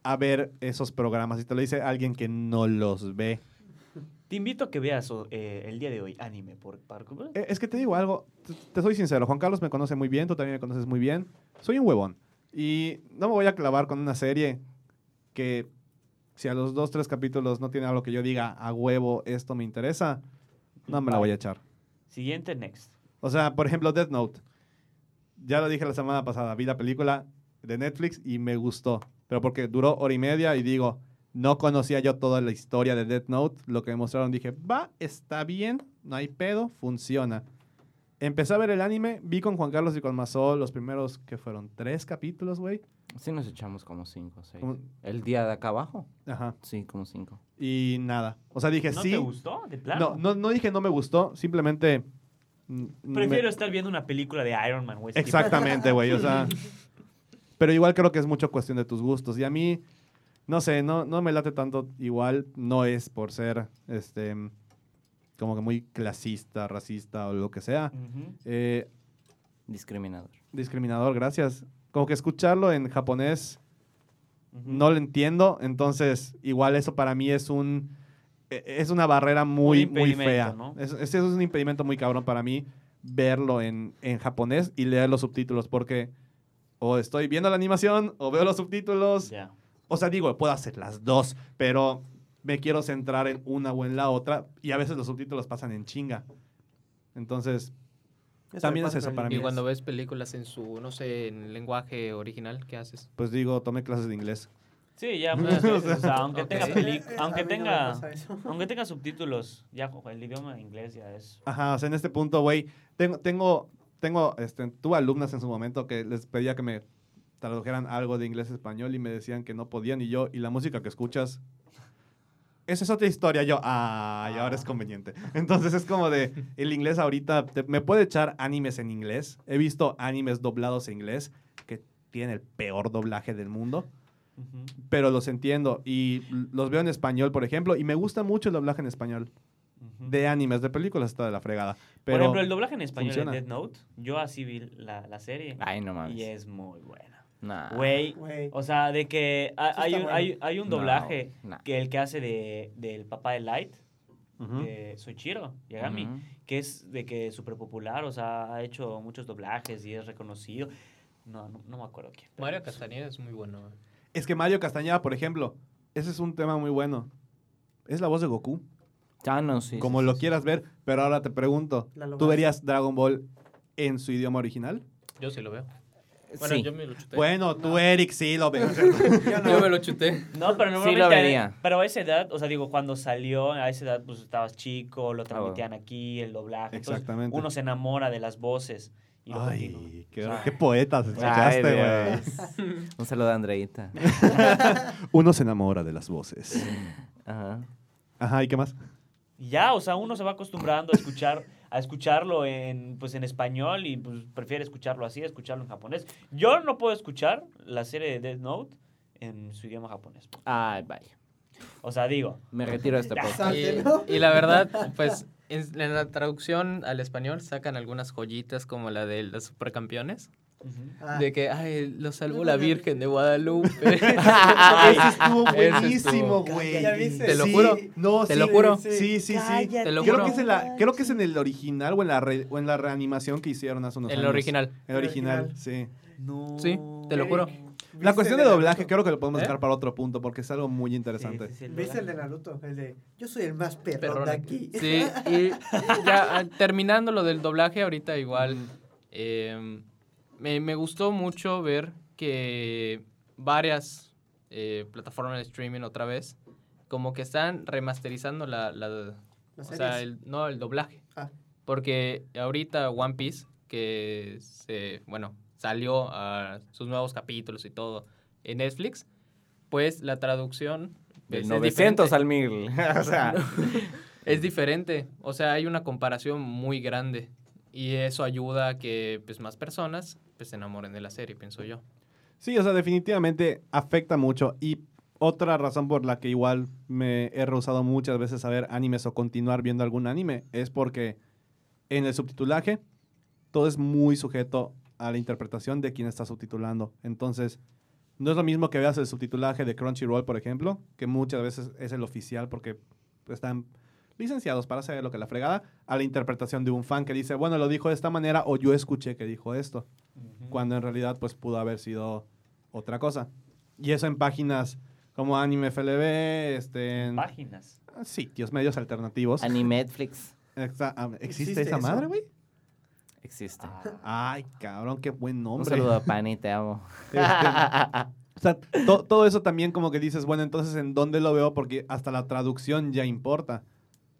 S2: a ver esos programas. Y te lo dice alguien que no los ve.
S5: Te invito a que veas o- eh, el día de hoy anime por Parkour.
S2: Eh, Es que te digo algo, t- te soy sincero, Juan Carlos me conoce muy bien, tú también me conoces muy bien, soy un huevón y no me voy a clavar con una serie que si a los dos, tres capítulos no tiene algo que yo diga a huevo, esto me interesa, no me la voy a echar.
S5: Siguiente, next.
S2: O sea, por ejemplo, Death Note, ya lo dije la semana pasada, vi la película de Netflix y me gustó, pero porque duró hora y media y digo, no conocía yo toda la historia de Death Note, lo que me mostraron dije, va, está bien, no hay pedo, funciona. Empecé a ver el anime, vi con Juan Carlos y con Mazol los primeros que fueron tres capítulos, güey.
S3: Sí, nos echamos como cinco, seis.
S2: Como-
S3: El día de acá abajo.
S2: Ajá.
S3: Sí, como cinco.
S2: Y nada. O sea, dije
S5: ¿No
S2: sí.
S5: te gustó? De plano.
S2: No, no, no dije no me gustó, simplemente. mm,
S5: Prefiero
S2: me-
S5: estar viendo una película de Iron Man, güey.
S2: Exactamente, güey. O sea. Pero igual creo que es mucho cuestión de tus gustos. Y a mí, no sé, no, no me late tanto igual. No es por ser este como que muy clasista, racista o lo que sea.
S5: <laughs> Ujú.
S2: Eh,
S3: Discriminador.
S2: discriminador, gracias. Como que escucharlo en japonés
S5: Ujú.
S2: no lo entiendo. Entonces, igual eso para mí es un. e- Es una barrera muy,
S5: Un
S2: muy
S5: impedimento,
S2: fea.
S5: ¿no?
S2: Es, es- es un impedimento muy cabrón para mí verlo en, en japonés y leer los subtítulos, porque o estoy viendo la animación o veo los subtítulos.
S5: Ya.
S2: O sea, digo, puedo hacer las dos, pero me quiero centrar en una o en la otra, y a veces los subtítulos pasan en chinga. Entonces, También es eso para mí.
S1: Y cuando ves películas en su, no sé, en lenguaje original, ¿qué haces?
S2: pues digo, tomé clases de inglés. <laughs>
S5: Sí, ya.
S1: O
S5: Muchas
S1: sea,
S5: veces. O sea, aunque
S1: ok.
S5: tenga peli- aunque tenga,
S4: Yo
S5: aunque tenga subtítulos, ya jo, el idioma inglés ya es.
S2: Ajá, o sea, en este punto, güey, tengo, tengo, tengo, este, tuve alumnas en su momento que les pedía que me tradujeran algo de inglés a español y me decían que no podían y yo, y la música que escuchas, esa es otra historia, yo, ay, ahora
S5: Ah.
S2: es conveniente. Entonces es como de, el inglés ahorita, te- me puede echar animes en inglés, he visto animes doblados en inglés que tienen el peor doblaje del mundo
S5: Ujú.
S2: pero los entiendo y l- los veo en español, por ejemplo, y me gusta mucho el doblaje en español
S5: Ujú.
S2: de animes, de películas está de la fregada. Pero
S5: Por ejemplo, el doblaje en español
S2: funciona.
S5: de Death Note, yo así vi la, la serie.
S3: Ay, no mames.
S5: y es muy buena.
S2: Ah,
S3: Nah.
S5: Güey.
S4: Güey.
S5: O sea, de que ha-
S4: Eso
S5: hay
S4: está
S5: un,
S4: bueno.
S5: hay, hay un
S3: No,
S5: doblaje
S3: nah.
S5: que el que hace de, del papá de Light.
S2: Ujú.
S5: de Soichiro Yagami,
S3: Ujú.
S5: que es de que es súper popular, o sea, ha hecho muchos doblajes y es reconocido. No, no, no me acuerdo quién. pero-
S1: Mario Castañeda es muy bueno.
S2: Es que Mario Castañeda, por ejemplo, ese es un tema muy bueno. Es la voz de Goku,
S3: Ah, no, sí. sí,
S2: como
S3: sí,
S2: lo
S3: sí.
S2: quieras ver. Pero ahora te pregunto,
S4: La lo
S2: ¿tú
S4: más.
S2: verías Dragon Ball en su idioma original?
S1: Yo sí lo veo. Bueno,
S3: sí.
S1: yo me lo chuté.
S2: Bueno, tú, Eric, sí lo ves.
S4: Yo <laughs> no.
S1: Yo me lo chuté.
S2: <laughs>
S5: No, pero
S3: lo
S5: normalmente.
S3: vería.
S5: Pero a esa edad, o sea, digo, cuando salió, a esa edad, pues estabas chico, lo transmitían aquí, el doblaje. entonces,
S2: Ah, Exactamente.
S5: uno se enamora de las voces. Y lo continúa.
S2: Ay, qué,
S5: O sea,
S2: qué poetas
S3: Ay,
S2: escuchaste, güey.
S3: Dios. Un saludo a Andreita.
S2: Uno se enamora de las voces.
S3: Ajá.
S2: Ajá, ¿y qué más?
S5: y Ya, o sea, uno se va acostumbrando a escuchar a escucharlo en pues en español y pues prefiere escucharlo así, escucharlo en japonés. Yo no puedo escuchar la serie de Death Note en su idioma japonés.
S3: Ay, vaya.
S5: O sea, digo,
S3: Me retiro de este
S5: Ya
S3: podcast.
S4: Bastante,
S1: Y,
S4: ¿no?
S1: y la
S2: <laughs>
S1: verdad, pues en, en la traducción al español sacan algunas joyitas como la de los supercampeones.
S5: ujú,
S4: Ah,
S1: De que, ay, lo salvó la Virgen de
S2: <laughs>
S1: Guadalupe. <laughs>
S2: ese estuvo
S1: ah, ese
S2: buenísimo,
S1: estuvo-
S2: güey.
S4: Ya viste.
S1: Te lo
S2: Sí,
S1: juro.
S2: No,
S1: Te
S2: sí,
S1: lo juro.
S2: Sí, sí, sí.
S1: Te lo
S2: Creo
S1: juro.
S2: que, es en la- creo que es en el original o en la, re- o en la reanimación que hicieron hace unos
S1: El
S2: años.
S1: original.
S2: El original,
S4: Original.
S2: sí.
S5: No.
S1: Sí, te lo
S4: Eric,
S1: juro.
S4: ¿viste
S2: La cuestión de
S4: el
S2: doblaje
S4: Naruto?
S2: creo que lo podemos
S1: ¿Eh?
S2: dejar para otro punto porque es algo muy interesante.
S5: Sí, sí, sí,
S4: ¿Viste el de
S5: doblaje.
S4: Naruto? El de yo soy el más perro
S1: Perrón.
S4: de aquí. <laughs>
S1: Sí, y ya ah, terminando lo del doblaje, ahorita igual. eh, me, me gustó mucho ver que varias eh, plataformas de streaming otra vez, como que están remasterizando la, la- o
S4: ¿La serie
S1: sea,
S4: es?
S1: el, no, el doblaje.
S4: Ah.
S1: Porque ahorita One Piece, que se, bueno, salió a sus nuevos capítulos y todo en Netflix, pues la traducción... pues,
S3: Del
S1: es
S3: 900
S1: diferente.
S3: al 1000. <laughs> o sea,
S1: Es diferente, o sea, hay una comparación muy grande y eso ayuda a que pues, más personas pues, se enamoren de la serie, pienso yo.
S2: Sí, o sea, definitivamente afecta mucho. Y otra razón por la que igual me he rehusado muchas veces a ver animes o continuar viendo algún anime es porque en el subtitulaje todo es muy sujeto a la interpretación de quien está subtitulando. Entonces, no es lo mismo que veas el subtitulaje de Crunchyroll, por ejemplo, que muchas veces es el oficial porque están licenciados para hacer lo que la fregada, a la interpretación de un fan que dice, bueno, lo dijo de esta manera o yo escuché que dijo esto
S5: Ujú.
S2: cuando en realidad pues pudo haber sido otra cosa. Y eso en páginas como Anime FLB, este, en
S5: Páginas.
S2: sitios, medios alternativos.
S3: Animetflix
S2: Exa- ah, ¿Existe,
S4: ¿Existe
S2: esa
S4: eso?
S2: madre, güey?
S3: existe.
S5: Ah,
S2: Ay, cabrón, qué buen
S3: Un
S2: nombre.
S3: saludo a Pani, te amo.
S2: Este, o sea, to- todo eso también como que dices, bueno, entonces ¿en dónde lo veo? Porque hasta la traducción ya importa.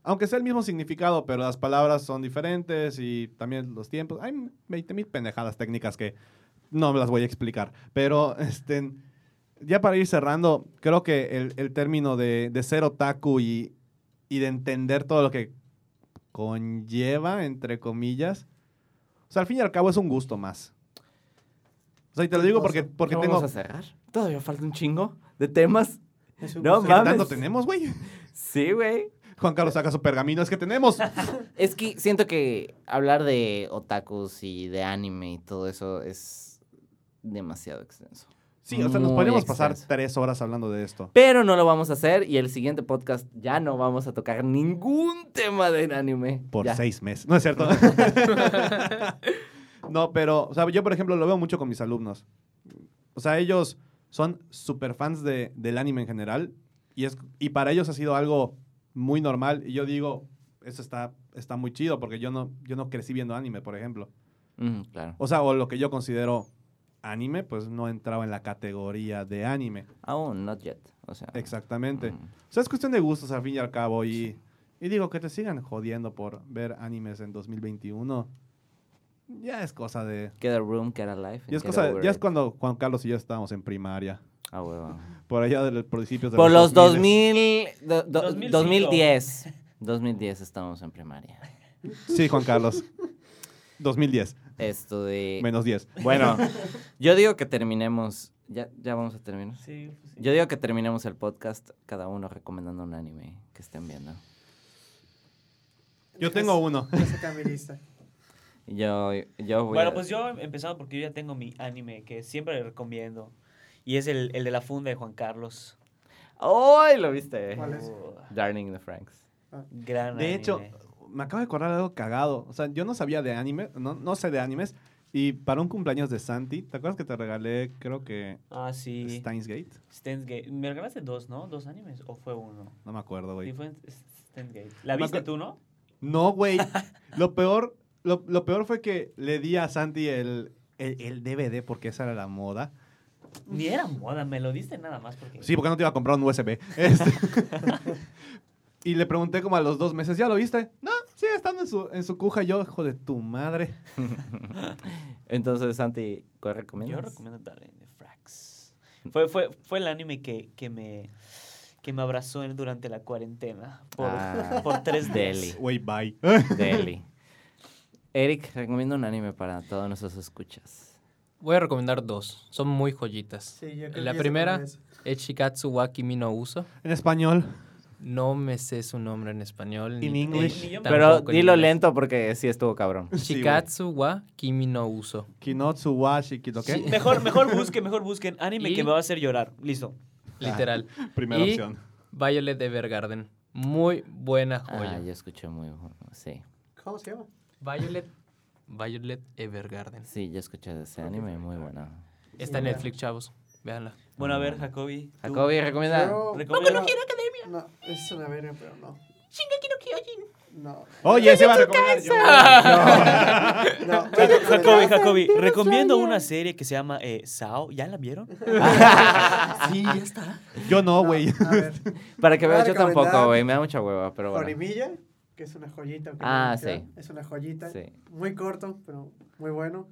S2: Aunque sea el mismo significado, pero las palabras son diferentes y también los tiempos. Hay 20 mil pendejadas técnicas que no me las voy a explicar. Pero, este, ya para ir cerrando, creo que el, el término de, de ser otaku y, y de entender todo lo que conlleva, entre comillas, o sea, al fin y al cabo es un gusto más. O sea, y te lo digo porque, porque
S3: ¿Ya
S2: tengo...
S3: vamos a cerrar? Todavía falta un chingo de temas.
S4: Es un
S3: No,
S4: gusto.
S2: ¿Qué
S3: mames.
S2: tanto tenemos, güey?
S3: Sí, güey.
S2: Juan Carlos saca su pergamino, es que tenemos.
S3: Es que siento que hablar de otakus y de anime y todo eso es demasiado extenso.
S2: Sí, o sea, nos
S3: Muy
S2: podríamos pasar
S3: extenso.
S2: tres horas hablando de esto.
S3: Pero no lo vamos a hacer y el siguiente podcast ya no vamos a tocar ningún tema de anime.
S2: Por
S3: Ya.
S2: seis meses, ¿no es cierto? <laughs> no, pero, o sea, yo, por ejemplo, lo veo mucho con mis alumnos. O sea, ellos son súper fans de, del anime en general y, es, y para ellos ha sido algo muy normal. Y yo digo, eso está, está muy chido porque yo no, yo no crecí viendo anime, por ejemplo.
S3: Mm, claro.
S2: O sea, o lo que yo considero anime, pues no entraba en la categoría de anime.
S3: Aún, not yet. O sea.
S2: Exactamente.
S3: mm.
S2: O sea, es cuestión de gustos al fin y al cabo. Y, y digo, que te sigan jodiendo por ver animes en 2021. Ya es cosa de...
S3: Get a room, get a life. and
S2: Ya es,
S3: get
S2: cosa de-
S3: over
S2: ya es
S3: it.
S2: cuando Juan Carlos y yo estábamos en primaria.
S3: Ah, huevo.
S2: Por allá de los principios de
S3: Por los
S2: 2000.
S3: 2000, do- do-
S5: 2005.
S3: 2010. 2010 estábamos
S2: <laughs>
S3: en primaria.
S2: Sí, Juan Carlos. 2010,
S3: Esto de...
S2: menos 10.
S3: Bueno, yo digo que terminemos... Ya, ya vamos a terminar.
S5: Sí, pues sí.
S3: Yo digo que terminemos el podcast cada uno recomendando un anime que estén viendo.
S2: Yo tengo uno.
S4: Voy a sacar mi lista.
S3: Yo, yo voy
S5: Bueno,
S3: a-
S5: pues yo he empezado porque yo ya tengo mi anime que siempre le recomiendo. Y es el, el de la funda de Juan Carlos.
S3: ¡Ay, lo viste!
S4: ¿Cuál es?
S5: Uh,
S3: Darling in the Franks.
S5: Gran
S2: De hecho,
S5: anime.
S2: me acabo de acordar de algo cagado. O sea, yo no sabía de anime, no, no sé de animes. Y para un cumpleaños de Santi, ¿te acuerdas que te regalé, creo que
S5: Ah, sí.
S2: Steins Gate?
S5: Steins Gate. Me regalaste dos, ¿no? ¿Dos animes? ¿O fue uno?
S2: No me acuerdo,
S5: Sí,
S2: güey.
S5: fue en Steins Gate. ¿La
S2: Me
S5: viste
S2: acuer-
S5: tú, no?
S2: No,
S1: <laughs>
S2: güey. Lo peor, lo, lo peor fue que le di a Santi el, el, el DVD porque esa era la moda.
S5: Ni era moda, me lo diste nada más porque...
S2: Sí, porque no te iba a comprar un USB.
S1: <laughs>
S2: Este. <laughs> y le pregunté como a los dos meses, ¿ya lo viste? No, sí, estando en su, en su cuja yo, hijo de tu madre.
S3: Entonces, Santi, ¿cuál recomiendas?
S5: Yo recomiendo Darling de Frax. Fue, fue, fue el anime que, que me que me abrazó en- durante la cuarentena por,
S3: Ah,
S2: <laughs>
S5: por tres
S3: deli.
S5: días.
S2: Güey, bye. <laughs>
S3: Deli. Eric, recomiendo un anime para todos nuestros escuchas.
S1: Voy a recomendar dos. Son muy joyitas.
S4: Sí, yo creo que ya
S1: la
S4: sé
S1: primera
S4: cuál es.
S1: es Shikatsu wa Kimi no Uso.
S2: En español.
S1: No me sé su nombre en español.
S2: In
S1: ni-
S2: English.
S1: ni- ni yo me
S3: Pero
S1: tampoco en
S3: dilo
S1: inglés.
S3: lento porque <laughs> sí estuvo cabrón.
S2: Sí, güey.
S1: Shikatsu wa Kimi no Uso.
S2: Kinotsu wa Shikito, ¿qué?
S1: Sí.
S5: Mejor, mejor busquen, mejor busquen. Anime
S1: Y-
S5: que me va a hacer llorar. Listo.
S1: Literal.
S2: Primera
S1: Y-
S2: opción.
S1: Violet Evergarden. Muy buena joya.
S3: Ah, yo escuché muy bueno. Sí,
S4: ¿Cómo se llama?
S1: Violet. Violet Evergarden.
S3: sí, yo escuché de ese anime, muy bueno.
S1: Está en
S4: Sí,
S1: Netflix, chavos. Véanla.
S5: Bueno, a
S2: Ah.
S5: ver, Jacobi. tú.
S3: Jacobi, recomienda.
S4: Yo-
S5: Recomiendo-
S4: No, es una verga, pero no.
S2: <laughs>
S4: No.
S2: Oye, se va a recomendar yo. <laughs>
S4: No.
S5: Jaco- Jacobi, Jacobi, recomiendo una serie que se llama eh, Sao. ¿Ya la vieron?
S1: <laughs> Sí, ya está.
S2: Yo no, güey.
S4: A ver,
S3: Para que
S4: Voy a
S3: veas, yo tampoco,
S4: recomendar-
S3: güey. Me da mucha hueva, pero
S1: <laughs>
S3: bueno.
S4: Jorimilla, que es una joyita. aunque
S3: Ah,
S4: no lo
S3: sí.
S4: crean, Es una joyita.
S3: Sí.
S4: Muy corto, pero muy bueno.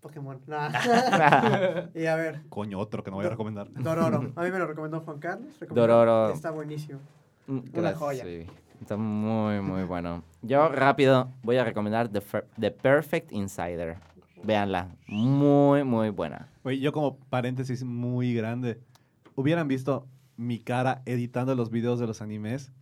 S4: Pokémon.
S1: <laughs>
S4: No. <laughs>
S3: <laughs>
S4: y a ver,
S2: Coño, otro que no voy a recomendar. <laughs>
S4: Dororo. A mí me lo recomendó Juan Carlos. recomiendo-
S3: Dororo.
S4: Está buenísimo.
S3: Mm,
S4: joya.
S3: sí. Está muy, muy bueno. Yo rápido voy a recomendar The, Fer- The Perfect Insider. Véanla. Muy, muy buena.
S2: Güey, yo como paréntesis muy grande. Hubieran visto mi cara editando los videos de los animes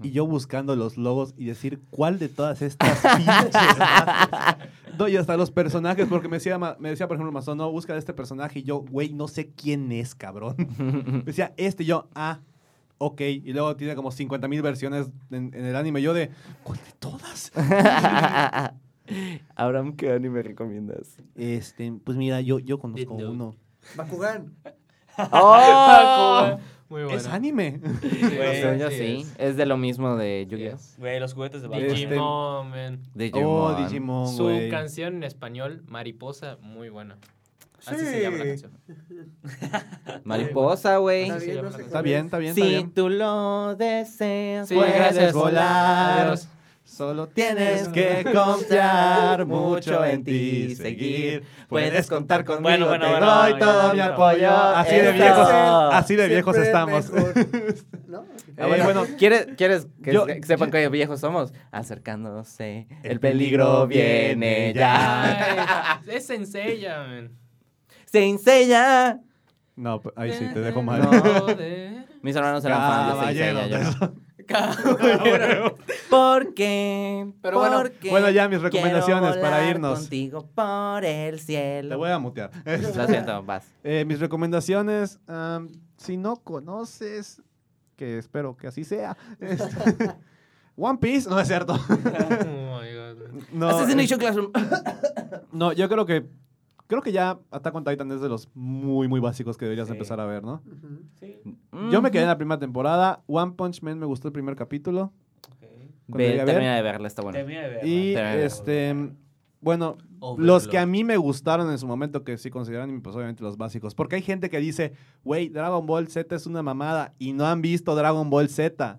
S2: y yo buscando los logos y decir cuál de todas estas <laughs> pinches razas? No, y hasta los personajes, porque me decía, ma- me decía por ejemplo, Mazón, no, busca de este personaje y yo, güey, no sé quién es, cabrón. Me decía, este, y yo, ah, ok. Y luego tiene como 50 mil versiones en, en el anime. Yo de, ¿cuál de todas?
S3: <laughs> Abraham, ¿qué anime <laughs> recomiendas?
S2: Este, pues mira, yo, yo conozco
S1: Death Note.
S2: uno.
S4: Bakugan.
S1: ¡Ah!
S2: Ah,
S3: ¡Oh!
S1: <laughs> Muy buena.
S2: Es anime.
S5: Güey,
S3: Según yo sí. Es de lo mismo de Yu-Gi-Oh!
S5: Güey, los juguetes de Batman.
S2: Este-
S1: Digimon, man.
S2: Oh,
S3: Digimon.
S2: Digimon,
S1: Su
S2: güey.
S1: canción en español, Mariposa, muy buena. Así
S4: Sí.
S1: se llama la canción.
S3: Pues Mariposa, güey.
S4: Está
S1: sí,
S4: bien,
S1: la
S4: no
S1: verdad.
S4: sé
S2: Está
S4: cuál
S2: bien,
S4: es.
S2: está bien, está
S3: Si
S2: bien.
S3: tú lo deseas,
S1: Sí,
S3: puedes
S1: gracias.
S3: volar.
S1: Adiós.
S2: Solo tienes que confiar mucho en ti, seguir. Puedes contar conmigo,
S5: Bueno, bueno,
S2: te
S5: bueno,
S2: doy
S5: ya,
S2: todo
S5: ya,
S2: mi
S5: ya.
S2: apoyo. Así de
S3: Eso.
S2: viejos, así de viejos
S4: Siempre
S2: estamos. <laughs>
S4: mejor. ¿No?
S3: Ah, bueno,
S2: Eh,
S3: bueno, ¿quieres, quieres que
S2: yo-
S3: se- sepan que viejos somos? Acercándose,
S2: El
S3: el
S2: peligro
S3: peligro viene
S2: viene
S3: ya.
S1: Ay, es sencilla, man.
S3: Se enseña.
S2: No, p- ahí sí, te dejo mal.
S1: Joder.
S3: Mis hermanos eran fans de
S2: Caballero.
S3: Senseiya. yo no. <laughs>
S2: <laughs>
S1: Cabrón.
S3: ¿Por qué?
S1: Pero bueno,
S3: Porque
S2: bueno, ya mis
S3: quiero
S2: recomendaciones para
S3: volar
S2: irnos.
S3: contigo por el
S2: Te
S3: cielo.
S2: voy a mutear.
S3: Lo siento, vas.
S2: Eh, mis recomendaciones, am, si no conoces, que espero que así sea. <laughs> este, One Piece, no es <laughs> cierto.
S1: Oh my God.
S2: No, eh,
S3: Assassination Classroom.
S2: No, yo creo que creo que ya Attack on Titan es de los muy muy básicos que deberías
S5: Sí.
S2: empezar a ver, ¿no?
S4: Ujú.
S5: Sí,
S2: Yo me quedé en la primera temporada, One Punch Man me gustó el primer capítulo
S5: ok.
S2: cuando
S3: Ve,
S2: llegué a ver.
S3: termina de verla, está bueno.
S5: Termina de verla.
S2: y
S3: Termina de
S2: este bueno, los que a mí me gustaron en su momento que sí consideran pues obviamente los básicos, porque hay gente que dice, "Güey, Dragon Ball Z es una mamada" y no han visto Dragon Ball Z.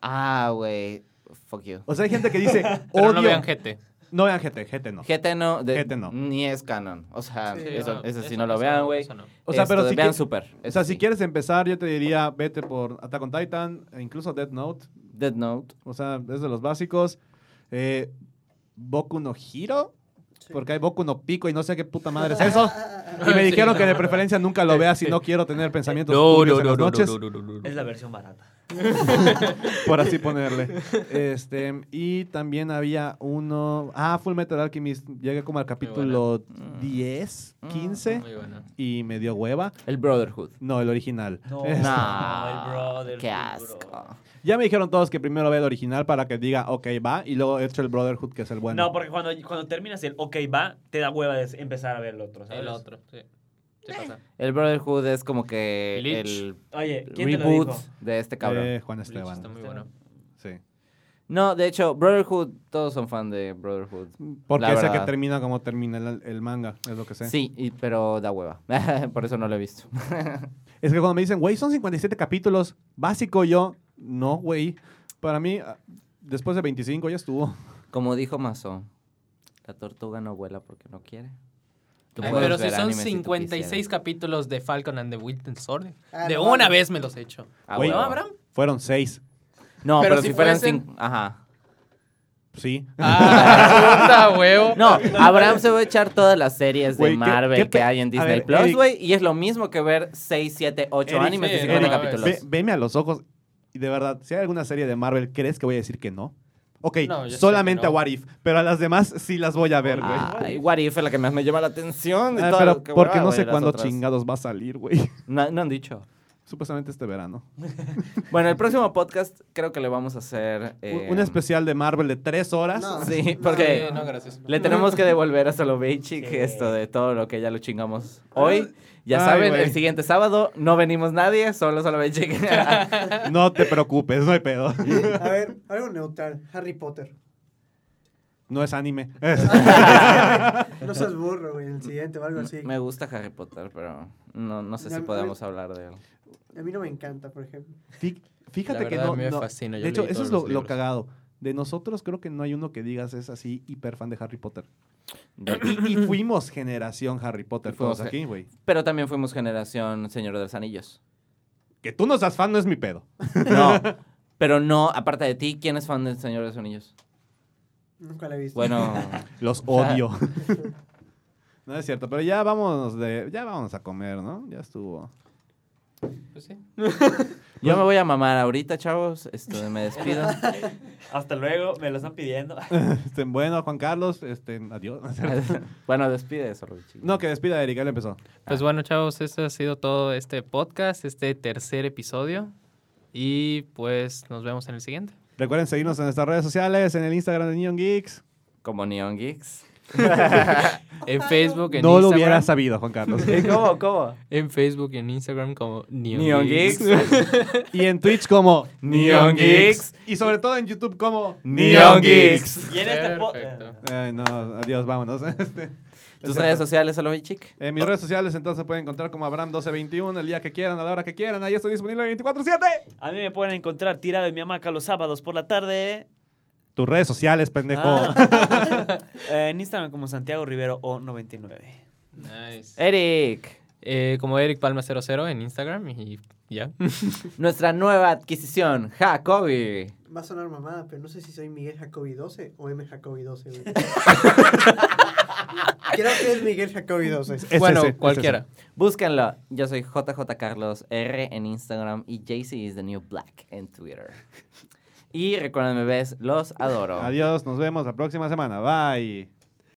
S3: Ah, güey. Fuck you.
S2: O sea, hay gente que dice,
S1: <laughs> Pero
S2: "Odio
S1: no vean gente.
S2: No vean GT, GT no.
S3: GT no, de-
S2: GT no.
S3: Ni es canon. O sea,
S4: Sí,
S3: eso,
S1: no,
S3: eso sí no lo
S1: eso
S3: vean, güey.
S1: eso no.
S2: O sea, pero
S3: Esto,
S2: si
S3: vean
S2: quie-
S3: Super.
S2: O
S3: eso
S2: sea, si
S3: sí.
S2: quieres empezar, yo te diría, vete por Attack on Titan, e incluso Death Note,
S3: Dead Note.
S2: O sea, es de los básicos. Eh, Boku no Hiro. Porque hay Boku no Pico y no sé qué puta madre es eso. Y me
S1: <laughs> Sí,
S2: dijeron que de
S1: no.
S2: preferencia nunca lo vea si no quiero tener pensamientos
S1: No,
S2: turbios
S1: no,
S2: en
S1: no,
S2: las
S1: no,
S2: noches.
S1: no, no, no, no.
S5: Es la versión barata.
S2: por así ponerle. Este, y también había uno, ah, Full Metal Alchemist, llegué como al capítulo
S3: buena.
S2: 10,
S3: Mm.
S2: 15
S1: Muy bueno.
S2: y me dio hueva.
S3: El
S2: <laughs>
S3: Brotherhood.
S2: No, el original. <laughs>
S5: No,
S2: Este,
S5: no, el
S3: No,
S5: brother.
S3: qué asco.
S2: Ya me dijeron todos que primero ve el original para que diga, ok, va, y luego hecho el Brotherhood, que es el bueno.
S5: No, porque cuando, cuando terminas el ok va, te da hueva de empezar a ver el otro, ¿sabes?
S1: El otro, sí.
S3: Eh.
S1: Sí pasa.
S3: El Brotherhood es como que
S1: Bleach.
S3: el
S5: Oye, ¿quién te lo
S3: reboot
S5: dijo?
S3: de este cabrón.
S2: Eh, Juan
S1: Bleach
S2: Esteban.
S1: Está muy bueno.
S2: Sí.
S3: No, de hecho, Brotherhood, todos son fan de Brotherhood.
S2: Porque
S3: La
S2: sé que
S3: verdad.
S2: termina como termina el, el manga, es lo que sé.
S3: Sí, y- pero da hueva. <laughs> Por eso no lo he visto. <laughs>
S2: Es que cuando me dicen, güey, son 57 capítulos, básico yo, no, güey. Para mí, ah, después de 25 ya estuvo. <laughs>
S3: Como dijo Mazo, la tortuga no vuela porque no quiere. Tú
S1: Ay,
S3: puedes
S1: pero si
S3: ver
S1: son
S3: anime tú
S1: 56
S3: quisieras.
S1: capítulos de Falcon and the Winter Soldier,
S4: Ah,
S1: de
S4: no
S1: una
S4: mames.
S1: vez me los he hecho.
S3: Ah,
S2: Güey.
S1: ¿No,
S3: huevo.
S1: Abraham?
S2: <laughs> Fueron 6,
S3: No,
S1: Pero
S3: pero,
S1: si
S3: si fueran
S1: fuesen-
S3: cinco. Ajá.
S2: sí.
S1: Ah, puta huevo.
S3: No, Abraham se va a echar todas las series de
S2: Güey, ¿qué-
S3: Marvel
S2: qué pe-
S3: que hay en
S2: A
S3: Disney
S2: ver,
S3: Plus,
S2: Eric-
S3: güey. Y es lo mismo que ver 6, 7, 8
S1: Eric,
S3: animes
S1: sí,
S3: de
S1: no
S3: 50
S1: mames.
S2: Ve-
S3: capítulos.
S2: veme a los ojos y de verdad, si hay alguna serie de Marvel, ¿crees que voy a decir que no? Ok,
S1: No, yo sé
S2: solamente
S1: que no.
S2: a What If, pero a las demás sí las voy a ver, güey.
S3: Ay, What If es la que más me llama la atención. de
S2: Ah,
S3: todas
S2: pero
S3: las que
S2: porque
S3: hueva,
S2: no
S3: güey,
S2: sé
S3: las
S2: cuándo
S3: otras.
S2: chingados va a salir, güey. <laughs>
S3: No, no han dicho.
S2: Supuestamente este verano.
S3: Bueno, el próximo podcast creo que le vamos a hacer. eh,
S2: Un un especial de Marvel de tres horas.
S4: No.
S3: Sí,
S1: Eh,
S3: porque
S1: no, gracias.
S3: le tenemos que devolver a Soloveichi
S5: Sí.
S3: que esto de todo lo que ya lo chingamos hoy. Ya
S2: Ah, Ay,
S3: saben,
S2: güey.
S3: el siguiente sábado no venimos nadie, solo Soloveichi.
S1: <laughs>
S2: No te preocupes, no hay pedo.
S4: <laughs>
S2: <laughs>
S4: A ver, algo neutral. Harry Potter.
S2: No es
S1: <laughs>
S2: anime.
S4: No seas burro, güey. El siguiente o algo así.
S3: me gusta Harry Potter, pero no, no sé
S4: Ya,
S3: si
S4: me-
S3: podemos hablar de él.
S4: A mí no me encanta, por ejemplo.
S2: Fí- Fíjate
S1: La
S2: que
S1: verdad,
S2: no.
S1: a mí me
S2: no.
S1: fascina, yo
S2: De hecho,
S1: leí
S2: eso
S1: todos
S2: es lo,
S1: los
S2: lo
S1: libros.
S2: cagado. De nosotros creo que no hay uno que digas es así hiper fan de
S1: <clears throat>
S2: Harry Potter. Y, y fuimos generación Harry Potter
S3: Y fuimos
S2: todos
S3: ge-
S2: aquí, güey.
S3: Pero también fuimos generación Señor de los Anillos.
S2: Que tú no seas fan no es mi pedo.
S3: <laughs> No, pero no, aparte de ti, ¿quién es fan del Señor de los Anillos?
S4: Nunca la he visto.
S3: <laughs> Bueno,
S2: Los
S1: <laughs>
S2: odio. <laughs> no es cierto, pero ya vámonos de ya vamos a comer, ¿no? Ya estuvo.
S1: Pues sí.
S3: yo me voy a mamar ahorita, chavos. Este, me <laughs> despido.
S5: Hasta luego, me lo están
S3: <laughs>
S5: pidiendo.
S2: Este, bueno, Juan Carlos, este, adiós. <laughs> No es cierto.
S3: bueno, despide eso, Rubichi.
S2: No, que despida a Erika, él empezó.
S1: Pues bueno, chavos, esto ha sido todo este podcast, este tercer episodio. Y pues nos vemos en el siguiente.
S2: Recuerden seguirnos en nuestras redes sociales, en el Instagram de Neon Geeks.
S3: Como Neon Geeks.
S1: En Facebook, en
S2: no lo
S1: Instagram.
S2: hubiera sabido,
S1: <laughs>
S2: Juan Carlos.
S3: ¿Cómo? ¿Cómo?
S1: En Facebook y en Instagram como Neon,
S3: Neon
S1: Geeks.
S3: Geeks. <laughs>
S2: y en Twitch como
S3: Neon Geeks.
S2: Y sobre todo en YouTube como
S3: Neon Geeks.
S5: <laughs> Y en este po-
S1: Perfecto.
S2: Ay, no, adiós, vámonos. <laughs> Este,
S3: ¿Tus
S2: es
S3: redes
S2: cierto.
S3: sociales, Solovichik?
S2: En mis redes sociales entonces pueden encontrar como Abraham1221 el día que quieran, a la hora que quieran. Ahí estoy disponible 24-7.
S5: A mí me pueden encontrar tirado en mi hamaca los sábados por la tarde.
S2: Tus redes sociales, pendejo.
S5: Ah. <laughs> Eh, en Instagram como Santiago Rivero O99.
S1: Nice.
S3: Eric,
S1: Eh, como Eric Palma 00 en Instagram y ya.
S3: nuestra nueva adquisición, Jacobi.
S4: Va a sonar mamada, pero no sé si soy Miguel Jacobi 12 o M Jacobi
S2: <laughs>
S4: 12, güey. Creo que es Miguel Jacobi 12.
S2: Es
S1: bueno,
S2: ese, es
S1: cualquiera.
S3: Búsquenlo. Yo soy JJ Carlos R en Instagram y JC is the new black en Twitter. Y recuerden, bebés, los adoro.
S2: ese. Adiós, nos vemos la próxima semana. Bye.